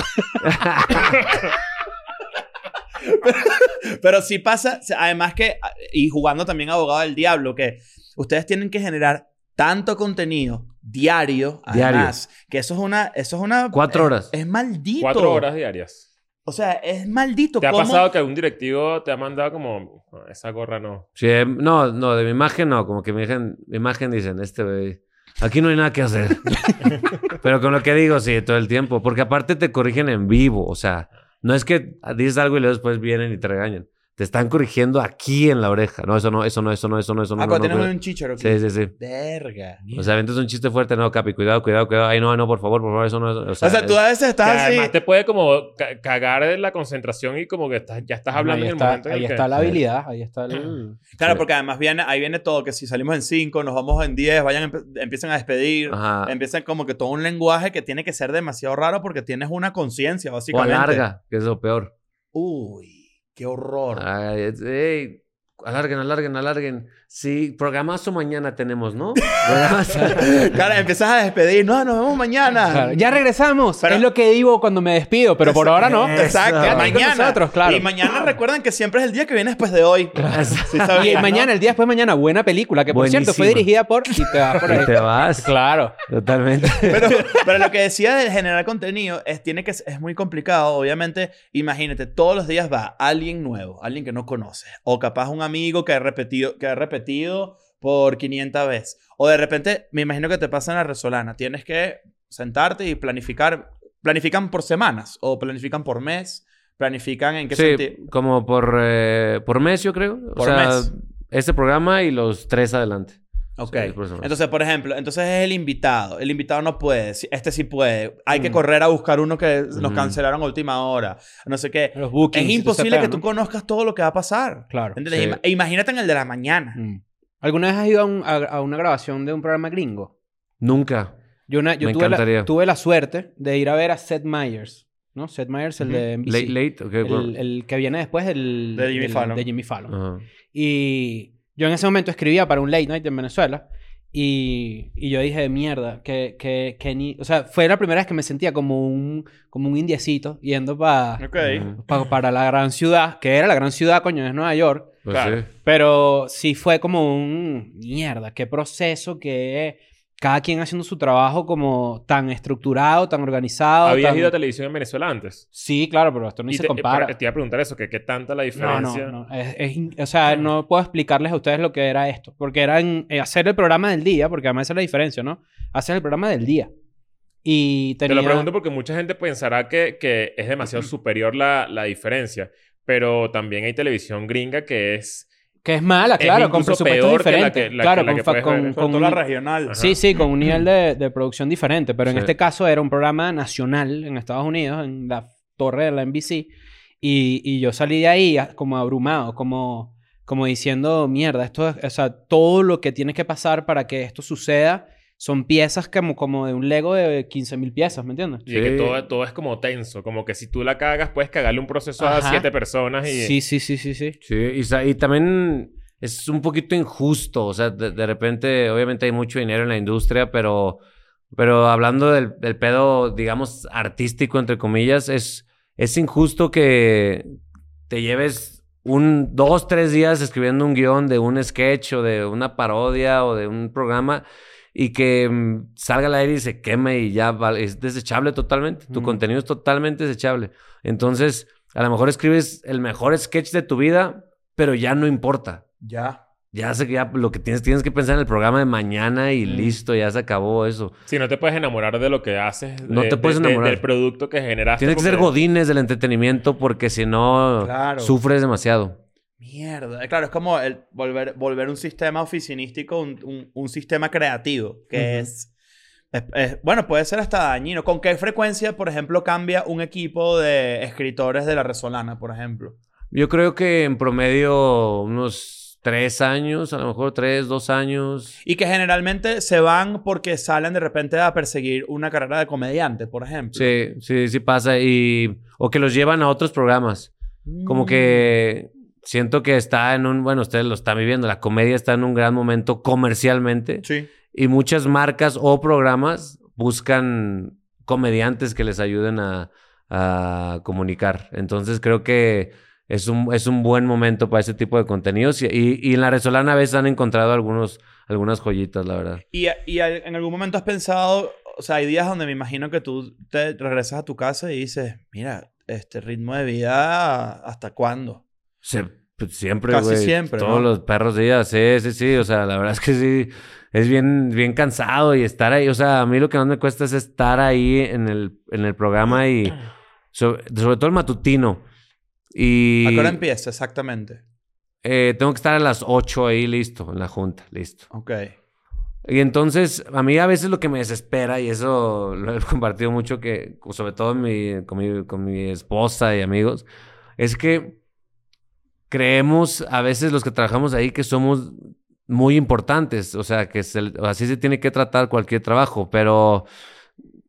S1: pero sí pasa, además que, ah, y jugando también abogado del diablo, que ustedes tienen que generar tanto contenido diario,
S3: Diario.
S1: además, que eso es una, eso es una
S3: Cuatro
S1: es-
S3: horas.
S1: Es, maldito.
S5: Cuatro horas diarias.
S1: O sea, es maldito.
S5: ¿Te ha
S1: cómo-
S5: pasado que algún directivo te ha mandado como, "Ah, esa gorra no?
S3: Sí, eh, no, no, de mi imagen no, como que mi imagen, mi imagen dicen, este güey, aquí no hay nada que hacer. Pero con lo que digo, sí, todo el tiempo, porque aparte te corrigen en vivo, o sea, no es que dices algo y luego después vienen y te regañan. Te están corrigiendo aquí en la oreja. No, eso no, eso no, eso no, eso no, eso no.
S1: Ah,
S3: no,
S1: cuando
S3: no,
S1: tenemos
S3: cuida-
S1: un chicharo. aquí.
S3: Sí, sí, sí.
S1: Verga.
S3: O sea, entonces un chiste fuerte, no, Capi, cuidado, cuidado, cuidado. Ay, no, no, por favor, por favor, eso no. eso- O sea,
S1: O sea, tú
S3: es-
S1: a veces
S5: Que
S1: estás así.
S5: además te puede como ca- cagar la concentración y como que estás- ya estás hablando
S2: ahí
S5: en el
S2: está,
S5: momento en
S2: ahí
S5: el que...
S2: está la habilidad, ahí está el...
S1: Claro, porque además viene, ahí viene todo, que si salimos en 5, nos vamos en 10, vayan, empe- empiezan a despedir,
S3: Ajá.
S1: empiezan como que todo un lenguaje que tiene que ser demasiado raro porque tienes una conciencia,
S3: O
S1: básicamente.
S3: alarga, que es lo peor.
S1: Uy, qué horror.
S3: Ay, es- ey, alarguen, alarguen, alarguen. Sí, programazo mañana tenemos, ¿no? Programazo.
S1: Claro, empiezas a despedir, no, nos vemos mañana.
S2: Claro, Ya regresamos.
S1: Ah. Pero-
S2: es lo que digo cuando me despido, pero por ahora no.
S1: Exacto,
S3: Eso.
S2: Quédate con
S1: mañana.
S2: nosotros, claro.
S1: Y mañana recuerden que siempre es el día que viene después de hoy. Sí
S2: Y
S1: sabías, ¿no?
S2: mañana, el día después de mañana, buena película, que por cierto fue
S3: Buenísima.
S2: dirigida por... Y te vas por ahí.
S3: Y te vas.
S2: Claro.
S3: Totalmente.
S1: Pero, pero lo que decía de generar contenido es, tiene que, es muy complicado. Obviamente, imagínate, todos los días va alguien nuevo, alguien que no conoces. O capaz un amigo que ha repetido, que ha repetido por 500 veces. O de repente, me imagino que te pasa en la resolana. Tienes que sentarte y planificar. Planifican por semanas o planifican por mes. Planifican en qué
S3: Sí,
S1: sentido.
S3: como por, eh, por mes, yo creo. O
S1: Por
S3: sea,
S1: mes.
S3: Este programa y los tres adelante.
S1: Ok.
S3: Sí, el próximo.
S1: entonces, por ejemplo, entonces es el invitado. El invitado no puede. Si- Este sí puede. Hay que correr a buscar uno que nos
S3: Mm.
S1: cancelaron a última hora. No sé qué.
S2: Los
S1: es
S2: bookings y todo ese
S1: imposible que
S2: pedo,
S1: tú
S2: ¿no?
S1: conozcas todo lo que va a pasar.
S2: Claro.
S1: ¿Entiendes?
S3: Sí.
S1: Ima- e imagínate en el de la mañana.
S2: Mm. ¿Alguna vez has ido a, un- a- a una grabación de un programa gringo?
S3: Nunca.
S2: Yo, una- yo
S3: Me
S2: tuve, la,
S3: encantaría.
S2: tuve la suerte de ir a ver a Seth Meyers, ¿no? Seth Meyers, el de NBC.
S3: Late, late. ok, bueno.
S2: el, el que viene después del...
S1: De Jimmy
S2: del-
S1: Fallon.
S2: de Jimmy Fallon.
S3: Ajá.
S2: Y yo en ese momento escribía para un late night en Venezuela. Y, y yo dije, mierda, que, que, que ni... O sea, fue la primera vez que me sentía como un, como un indiecito yendo pa,
S1: Ok.
S3: Ujú.
S2: pa- para la gran ciudad, que era la gran ciudad, coño, es Nueva York.
S3: Pues
S5: Claro.
S3: sí.
S2: Pero sí fue como un... Mierda, qué proceso, que Cada quien haciendo su trabajo como tan estructurado, tan organizado.
S5: ¿Habías
S2: tan-
S5: ido a televisión en Venezuela antes?
S2: Sí, claro, pero esto no
S5: Y
S2: se
S5: te-
S2: compara.
S5: eh, Te iba a preguntar eso, que qué tanta la
S2: No, no,
S5: diferencia.
S2: no. Es- es in- o sea, no puedo explicarles a ustedes lo que era esto. Porque era en- eh, hacer el programa del día, porque además esa es la diferencia, ¿no? Hacer el programa del día. Y
S5: Te
S2: tenía...
S5: lo pregunto porque mucha gente pensará que, que es demasiado superior la, la diferencia. Pero también hay televisión gringa que es...
S2: Que es mala,
S5: Es
S2: claro, con
S5: incluso
S2: presupuestos
S5: peor que la
S2: diferentes.
S5: que- la
S2: claro,
S5: que- la
S2: con
S5: que
S2: fa-
S5: puedes
S2: con...
S5: ver.
S1: Sobre
S2: con
S1: todo la
S2: un-
S1: regional.
S2: Sí, sí, con un nivel de, de producción diferente. Pero en
S3: Mm. Sí.
S2: este caso era un programa nacional en Estados Unidos, en la torre de la NBC. Y, y yo salí de ahí a- como abrumado, como, como diciendo, mierda, esto es, o sea, todo lo que tiene que pasar para que esto suceda son piezas como, como de un Lego de 15.000 piezas, ¿me entiendes?
S5: Y que
S3: Sí.
S5: todo, todo es como tenso. Como que si tú la cagas, puedes cagarle un proceso
S2: Ajá.
S5: a siete personas y...
S2: Sí, sí, sí, sí, sí.
S3: Sí, y, sa- y también es un poquito injusto. O sea, de, de repente, obviamente hay mucho dinero en la industria, pero, pero hablando del, del pedo, digamos, artístico, entre comillas, es, es injusto que te lleves un, dos, tres días escribiendo un guión de un sketch o de una parodia o de un programa y que mm, salga al aire y se queme y ya vale, es desechable totalmente. Tu
S2: Mm.
S3: contenido es totalmente desechable. Entonces, a lo mejor escribes el mejor sketch de tu vida, pero ya no importa.
S1: Ya.
S3: Ya sé que ya lo que tienes, tienes que pensar en el programa de mañana y listo, ya se acabó eso.
S5: Si no te puedes enamorar de lo que haces.
S3: No
S5: de-
S3: te puedes
S5: de- de-
S3: enamorar.
S5: Del producto que generaste.
S3: Tienes que ser
S5: porque-
S3: godines del entretenimiento porque si no
S1: Claro.
S3: sufres demasiado.
S1: Mierda. Eh, Claro, es como el volver, volver un sistema oficinístico, un, un- un sistema creativo, que
S2: Ujú.
S1: es, es- es- Bueno, puede ser hasta dañino. ¿Con qué frecuencia, por ejemplo, cambia un equipo de escritores de La Resolana, por ejemplo?
S3: Yo creo que en promedio unos tres años, a lo mejor tres, dos años.
S1: Y que generalmente se van porque salen de repente a perseguir una carrera de comediante, por ejemplo.
S3: Sí, sí, sí pasa. Y, o que los llevan a otros programas. Como
S1: Mm.
S3: que siento que está en un, bueno, ustedes lo están viviendo, la comedia está en un gran momento comercialmente.
S1: Mm. Sí.
S3: Y muchas marcas o programas buscan comediantes que les ayuden a, a comunicar. Entonces creo que es un, es un buen momento para ese tipo de contenidos. Y, y- y en la Resolana a veces han encontrado algunos, algunas joyitas, la verdad.
S1: ¿Y, y al- en algún momento has pensado, o sea, hay días donde me imagino que tú te regresas a tu casa y dices, mira, este ritmo de vida, ¿hasta cuándo?
S3: Se- pues, siempre,
S1: Casi
S3: güey.
S1: siempre,
S3: Todos
S1: ¿no?
S3: los perros días, sí, sí, sí. O sea, la verdad es que sí. Es bien, bien cansado y estar ahí. O sea, a mí lo que más me cuesta es estar ahí en el, en el programa y sobre, sobre todo el matutino. Y
S1: ¿A qué hora empieza exactamente?
S3: eh, tengo que estar a las 8 ahí listo, en la junta, listo.
S1: Ok.
S3: Y entonces, a mí a veces lo que me desespera, y eso lo he compartido mucho, que sobre todo en mi- con, mi, con mi esposa y amigos, es que creemos a veces los que trabajamos ahí que somos muy importantes, o sea, que se- así se tiene que tratar cualquier trabajo, pero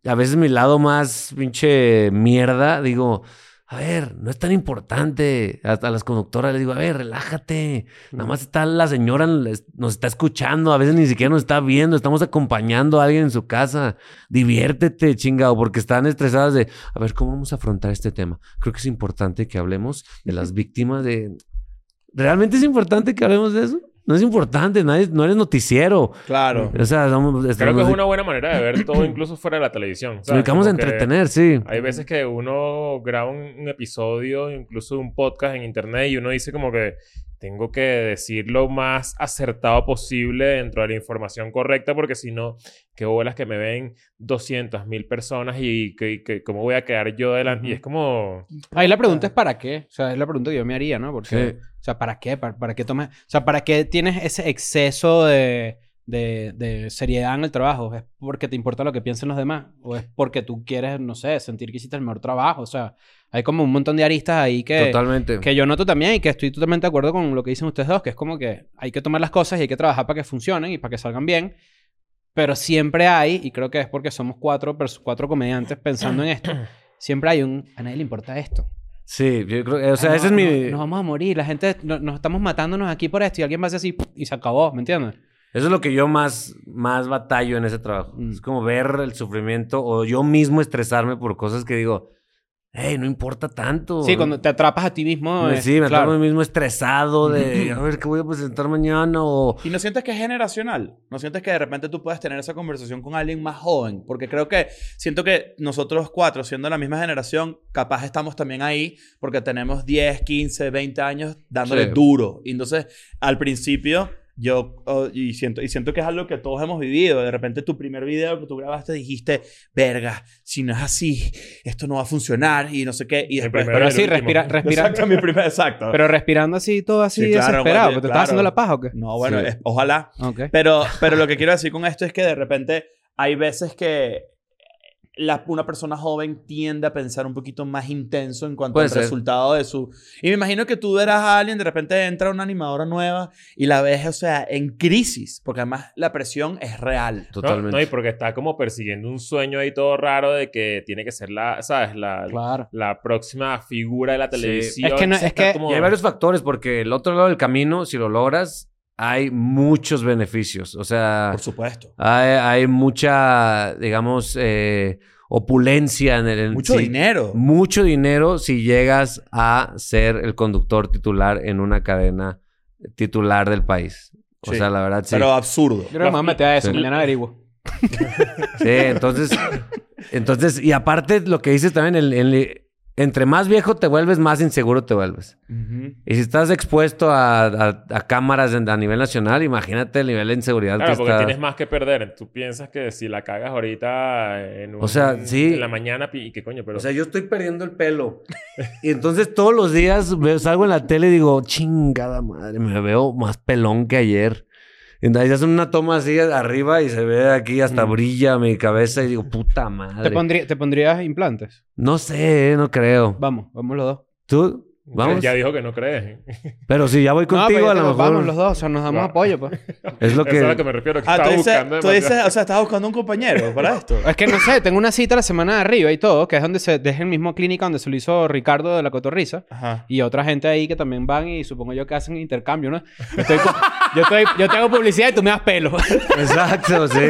S3: a veces mi lado más pinche mierda, digo, a ver, no es tan importante. Hasta a las conductoras les digo, a ver, relájate. Nada más está la señora, les- nos está escuchando, a veces ni siquiera nos está viendo, estamos acompañando a alguien en su casa. Diviértete, chingado, porque están estresadas de, a ver, ¿cómo vamos a afrontar este tema? Creo que es importante que hablemos de las víctimas de... ¿Realmente es importante que hablemos de eso? No es importante, nadie, no eres noticiero.
S1: Claro.
S3: O sea, somos,
S5: Creo
S3: estamos,
S5: que es una buena manera de ver todo, incluso fuera de la televisión.
S3: nos
S5: ¿sabes?
S3: dedicamos a
S5: Como que
S3: entretener, sí.
S5: Hay veces que uno graba un, un episodio, incluso de un podcast en internet, y uno dice como que tengo que decir lo más acertado posible dentro de la información correcta, porque si no, qué bolas que me ven 200 mil personas y que, que- cómo voy a quedar yo delante. Y es como...
S2: Ahí la pregunta es para qué. O sea, es la pregunta que yo me haría, ¿no? Porque...
S3: Sí.
S2: O sea, ¿para qué? ¿Para, para qué tomas? O sea, ¿para qué tienes ese exceso de, de- de seriedad en el trabajo? ¿Es porque te importa lo que piensen los demás? ¿O es porque tú quieres, no sé, sentir que hiciste el mejor trabajo? O sea, hay como un montón de aristas ahí que...
S3: Totalmente.
S2: Que yo noto también y que estoy totalmente de acuerdo con lo que dicen ustedes dos, que es como que hay que tomar las cosas y hay que trabajar para que funcionen y para que salgan bien. Pero siempre hay, y creo que es porque somos cuatro, pers- cuatro comediantes pensando en esto, siempre hay un... A nadie le importa esto.
S3: Sí, yo creo que, o sea,
S5: Ah,
S2: Ay, no,
S3: ese es mi...
S2: no- Nos vamos a morir, la gente... no- nos estamos matándonos aquí por esto y alguien va a hacer así ¡pum! y se acabó, ¿me entiendes?
S3: Eso es lo que yo más, más batallo en ese trabajo.
S2: Mm.
S3: Es como ver el sufrimiento o yo mismo estresarme por cosas que digo, hey, no importa tanto.
S2: Sí, cuando te atrapas a ti mismo...
S3: Me-
S2: es-
S3: sí, me
S2: claro.
S3: atrapo a mí mismo estresado de a ver qué voy a presentar mañana o...
S1: ¿Y no sientes que es generacional? ¿No sientes que de repente tú puedes tener esa conversación con alguien más joven? Porque creo que siento que nosotros cuatro, siendo la misma generación, capaz estamos también ahí porque tenemos 10, 15, 20 años dándole
S3: Sí.
S1: duro. Y entonces, al principio, yo oh, y, siento, y siento que es algo que todos hemos vivido. De repente, tu primer video que tú grabaste dijiste, verga, si no es así, esto no va a funcionar y no sé qué. Y
S5: El
S1: después,
S5: primero
S2: Pero
S5: el
S2: así,
S5: último.
S2: respira, respira,
S1: Exacto, mi primer, exacto.
S2: pero respirando así todo así
S1: Sí, claro,
S2: desesperado.
S1: güey,
S2: ¿Te
S1: claro.
S2: estás haciendo la paja o qué?
S1: no, bueno,
S3: Sí.
S1: es- ojalá.
S2: Ok.
S1: Pero, pero lo que quiero decir con esto es que de repente hay veces que la, una persona joven tiende a pensar un poquito más intenso en cuanto
S3: Puede
S1: al
S3: ser.
S1: resultado de su... Y me imagino que tú verás a alguien, de repente entra una animadora nueva y la ves, o sea, en crisis, porque además la presión es real.
S5: No,
S3: Totalmente.
S5: No, y porque está como persiguiendo un sueño ahí todo raro de que tiene que ser la, ¿sabes? La,
S2: Claro.
S5: la próxima figura de la
S3: Sí.
S5: televisión.
S2: Es que no- es
S5: Está
S2: que-
S5: como-
S3: Y hay varios factores porque el otro lado del camino, si lo logras, hay muchos beneficios. O sea...
S1: Por supuesto.
S3: Hay, hay mucha, digamos, eh, opulencia en el... en-
S1: Mucho
S3: si-
S1: dinero.
S3: Mucho dinero si llegas a ser el conductor titular en una cadena titular del país. O
S1: Sí.
S3: sea, la verdad, sí.
S1: Pero absurdo.
S2: Yo creo que me voy a meter a eso,
S3: Sí.
S2: mañana averiguo.
S3: Sí, entonces... entonces, y aparte lo que dices también, el- el- entre más viejo te vuelves, más inseguro te vuelves. Y si estás expuesto a, a- a cámaras en- a nivel nacional, imagínate el nivel de inseguridad
S5: Claro,
S3: que
S5: porque
S3: está...
S5: tienes más que perder. Tú piensas que si la cagas ahorita en, un-
S3: O sea, sí.
S5: en la mañana, pi- y qué coño, pero...
S3: O sea, yo estoy perdiendo el pelo. Y entonces todos los días veo- salgo en la tele y digo, chingada madre, me veo más pelón que ayer. Entonces hacen una toma así arriba y se ve aquí hasta
S2: Mm.
S3: brilla mi cabeza y digo, puta
S2: ¿Te,
S3: madre.
S2: pondría- ¿Te pondrías implantes?
S3: No sé, eh, no creo.
S2: Vamos, vamos los dos.
S3: ¿Tú? Vamos.
S5: Ya dijo que no crees.
S3: Pero si ya voy
S2: No,
S3: contigo,
S2: pero yo
S3: a lo
S2: tengo-
S3: mejor.
S2: Vamos los dos, o sea, nos damos
S5: Claro.
S2: apoyo, pues.
S3: Es lo
S5: Eso es a lo que
S3: que.
S5: me refiero. Que
S1: Ah, tú
S5: estaba
S1: dices,
S5: buscando
S1: tú
S5: demasiado.
S1: dices, o sea, estás buscando un compañero para esto.
S2: Es que no sé, tengo una cita la semana de arriba y todo, que es donde se deja el mismo clínica donde se lo hizo Ricardo de la Cotorrisa.
S1: Ajá.
S2: Y otra gente ahí que también van y supongo yo que hacen intercambio, ¿no? Yo, estoy con- yo, estoy- yo tengo publicidad y tú me das pelo.
S3: Exacto, sí.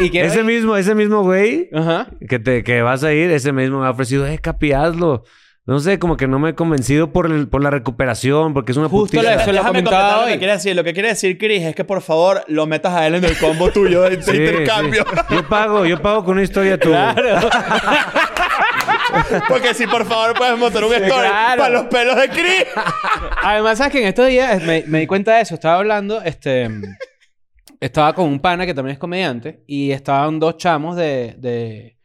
S2: y quiero-
S3: ese mismo, ese mismo güey
S2: Ajá.
S3: que, te, que vas a ir, ese mismo me ha ofrecido, eh, Capi, hazlo. No sé, como que no me he convencido por, el- por la recuperación, porque es una
S2: Justo
S3: putiza.
S2: la- Eso lo
S1: Déjame
S2: comentaba
S1: comentar lo
S2: hoy.
S1: que quiere decir. Lo que quiere decir Chris es que por favor lo metas a él en el combo tuyo de
S3: Sí,
S1: intercambio.
S3: sí. Yo pago, yo pago con una historia tuya.
S2: Claro.
S1: Porque si por favor puedes montar un story
S2: claro.
S1: para los pelos de Chris.
S2: Además, ¿sabes que En estos días eh, me, me di cuenta de eso. Estaba hablando, este... Estaba con un pana que también es comediante y estaban dos chamos de, de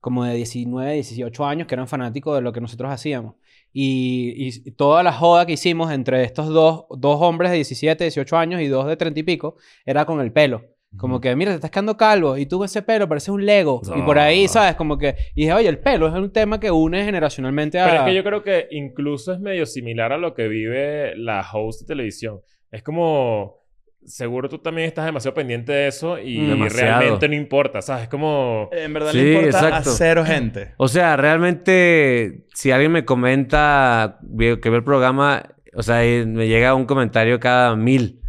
S2: como de 19, 18 años que eran fanáticos de lo que nosotros hacíamos. Y, y toda la joda que hicimos entre estos dos, dos hombres de 17, 18 años y dos de 30 y pico era con el pelo. Como que, mira, te estás quedando calvo y tú ese pelo pareces un Lego. Y por ahí,
S3: Ah.
S2: ¿sabes? Como que... Y dije, oye, el pelo es un tema que une generacionalmente a...
S5: Pero
S1: ah.
S5: es que yo creo que incluso es medio similar a lo que vive la host de televisión. Es como... Seguro tú también estás demasiado pendiente de eso y
S2: Mm.
S3: Demasiado.
S5: realmente no importa, ¿sabes? Es como...
S1: En verdad
S3: Sí,
S1: le importa
S3: exacto.
S1: a cero gente.
S3: O sea, realmente, si alguien me comenta ve- que ve el programa, o sea, y me llega un comentario cada mil.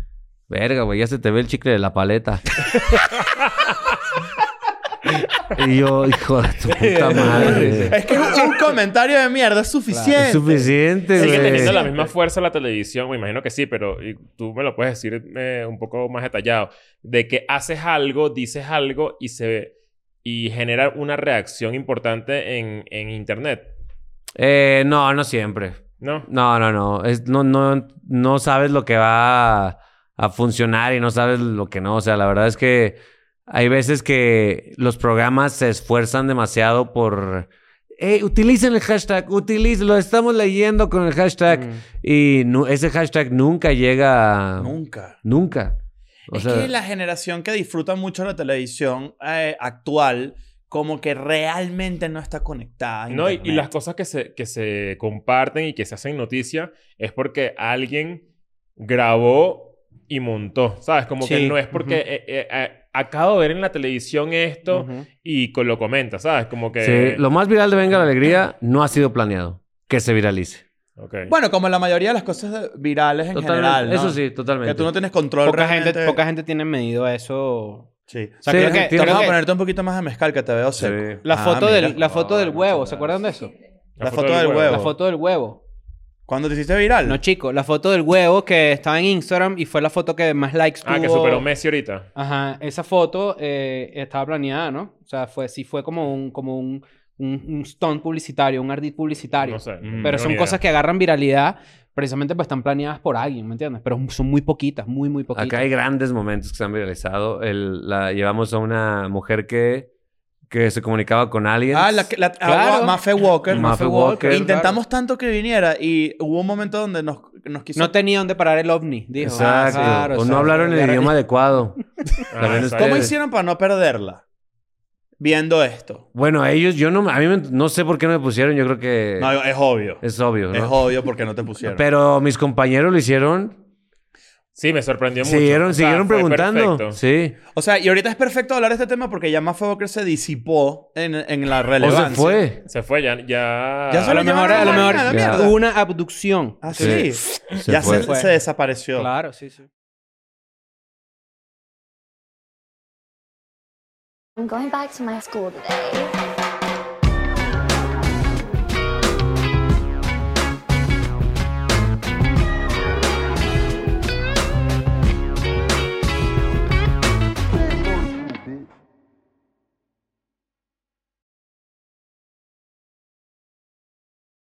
S3: Verga, güey, ya se te ve el chicle de la paleta. y yo, hijo de tu puta madre.
S1: Es que un comentario de mierda es suficiente.
S3: Es suficiente,
S5: Sigue
S3: Este, güey.
S5: teniendo la misma fuerza la televisión, me imagino que sí, pero y tú me lo puedes decir eh, un poco más detallado. De que haces algo, dices algo y se y genera una reacción importante en, en internet,
S3: Eh, no, no siempre.
S5: ¿no?
S3: No, no, no. Es, no, no, no sabes lo que va a, a funcionar y no sabes lo que no. O sea, la verdad es que hay veces que los programas se esfuerzan demasiado por "Ey, utilicen el hashtag, utilicen, lo estamos leyendo con el
S1: Mm.
S3: hashtag. Y nu- ese hashtag nunca llega.
S1: Nunca.
S3: Nunca. O
S1: es
S3: sea,
S1: que la generación que disfruta mucho la televisión eh, actual, como que realmente no está conectada. a
S5: No, y, y
S1: internet.
S5: las cosas que se, que se comparten y que se hacen noticia es porque alguien grabó y montó, ¿sabes? Como
S2: Sí,
S5: que no es porque
S2: ujú.
S5: eh, eh, eh, acabo de ver en la televisión esto
S2: Ujú.
S5: y co- lo comenta, ¿sabes? Como que...
S3: sí, lo más viral de Venga la Alegría no ha sido planeado. Que se viralice.
S5: Ok.
S1: Bueno, como la mayoría de las cosas de- virales en
S3: Totalmente.
S1: general. ¿no?
S3: Eso sí, totalmente.
S1: Que tú no tienes control
S2: Poca
S1: realmente.
S2: gente, poca gente tiene medido eso.
S1: Sí.
S2: O sea,
S3: Sí,
S2: creo que,
S3: tiene-
S2: creo
S1: Vamos a
S2: que
S1: ponerte un poquito más de mezcal que te veo
S3: Sí.
S1: seco.
S2: la
S1: Ah,
S2: foto,
S1: mira.
S2: del, la foto del
S1: No,
S2: huevo,
S1: no,
S2: ¿se acuerdan de eso?
S1: La foto del huevo.
S2: La foto del huevo.
S1: ¿Cuándo te hiciste viral?
S2: No, chico, la foto del huevo que estaba en Instagram y fue la foto que más likes tuvo.
S5: Ah, que superó Messi ahorita.
S2: Ajá, esa foto eh, estaba planeada, ¿no? O sea, fue, sí fue como un, como un, un, un stunt publicitario, un ardid publicitario.
S5: No sé.
S2: Pero son cosas que agarran viralidad precisamente pues están planeadas por alguien, ¿me entiendes? Pero son muy poquitas, muy, muy poquitas.
S3: Acá hay grandes momentos que se han viralizado. El- la, llevamos a una mujer que, que se comunicaba con alguien.
S1: Ah, la, que- la
S2: Claro.
S1: ah, Mafe Walker.
S3: Mafe Walker,
S1: Intentamos tanto que viniera y hubo un momento donde nos, nos quiso...
S2: No tenía dónde parar el ovni, dijo. Ah,
S3: Exacto.
S2: claro,
S3: o no
S2: exacto.
S3: hablaron el
S2: Claro.
S3: idioma adecuado. También es-
S1: ¿Cómo
S3: Ustedes.
S1: hicieron para no perderla? Viendo esto.
S3: Bueno, a ellos, yo no, a mí me- no sé por qué no me pusieron. Yo creo que
S1: No, es obvio.
S3: es obvio,
S1: Es
S3: ¿no?
S1: obvio porque no te pusieron.
S3: Pero mis compañeros lo hicieron.
S5: Sí, me sorprendió mucho.
S3: Siguieron,
S5: O sea,
S3: siguieron
S5: fue
S3: preguntando.
S5: perfecto.
S3: Sí.
S1: O sea, y ahorita es perfecto hablar de este tema porque ya Mafe Walker se disipó en, en la
S3: O
S1: relevancia.
S3: se fue.
S5: Se fue, ya... Ya,
S1: Ya
S2: A
S1: solo
S2: lo mejor, a lo mejor
S1: La
S3: mierda.
S2: hubo una abducción.
S1: Ah, sí.
S3: Sí. Se
S1: ya
S3: fue.
S1: se, se desapareció.
S2: Claro, sí, sí.
S4: I'm going back to my school today.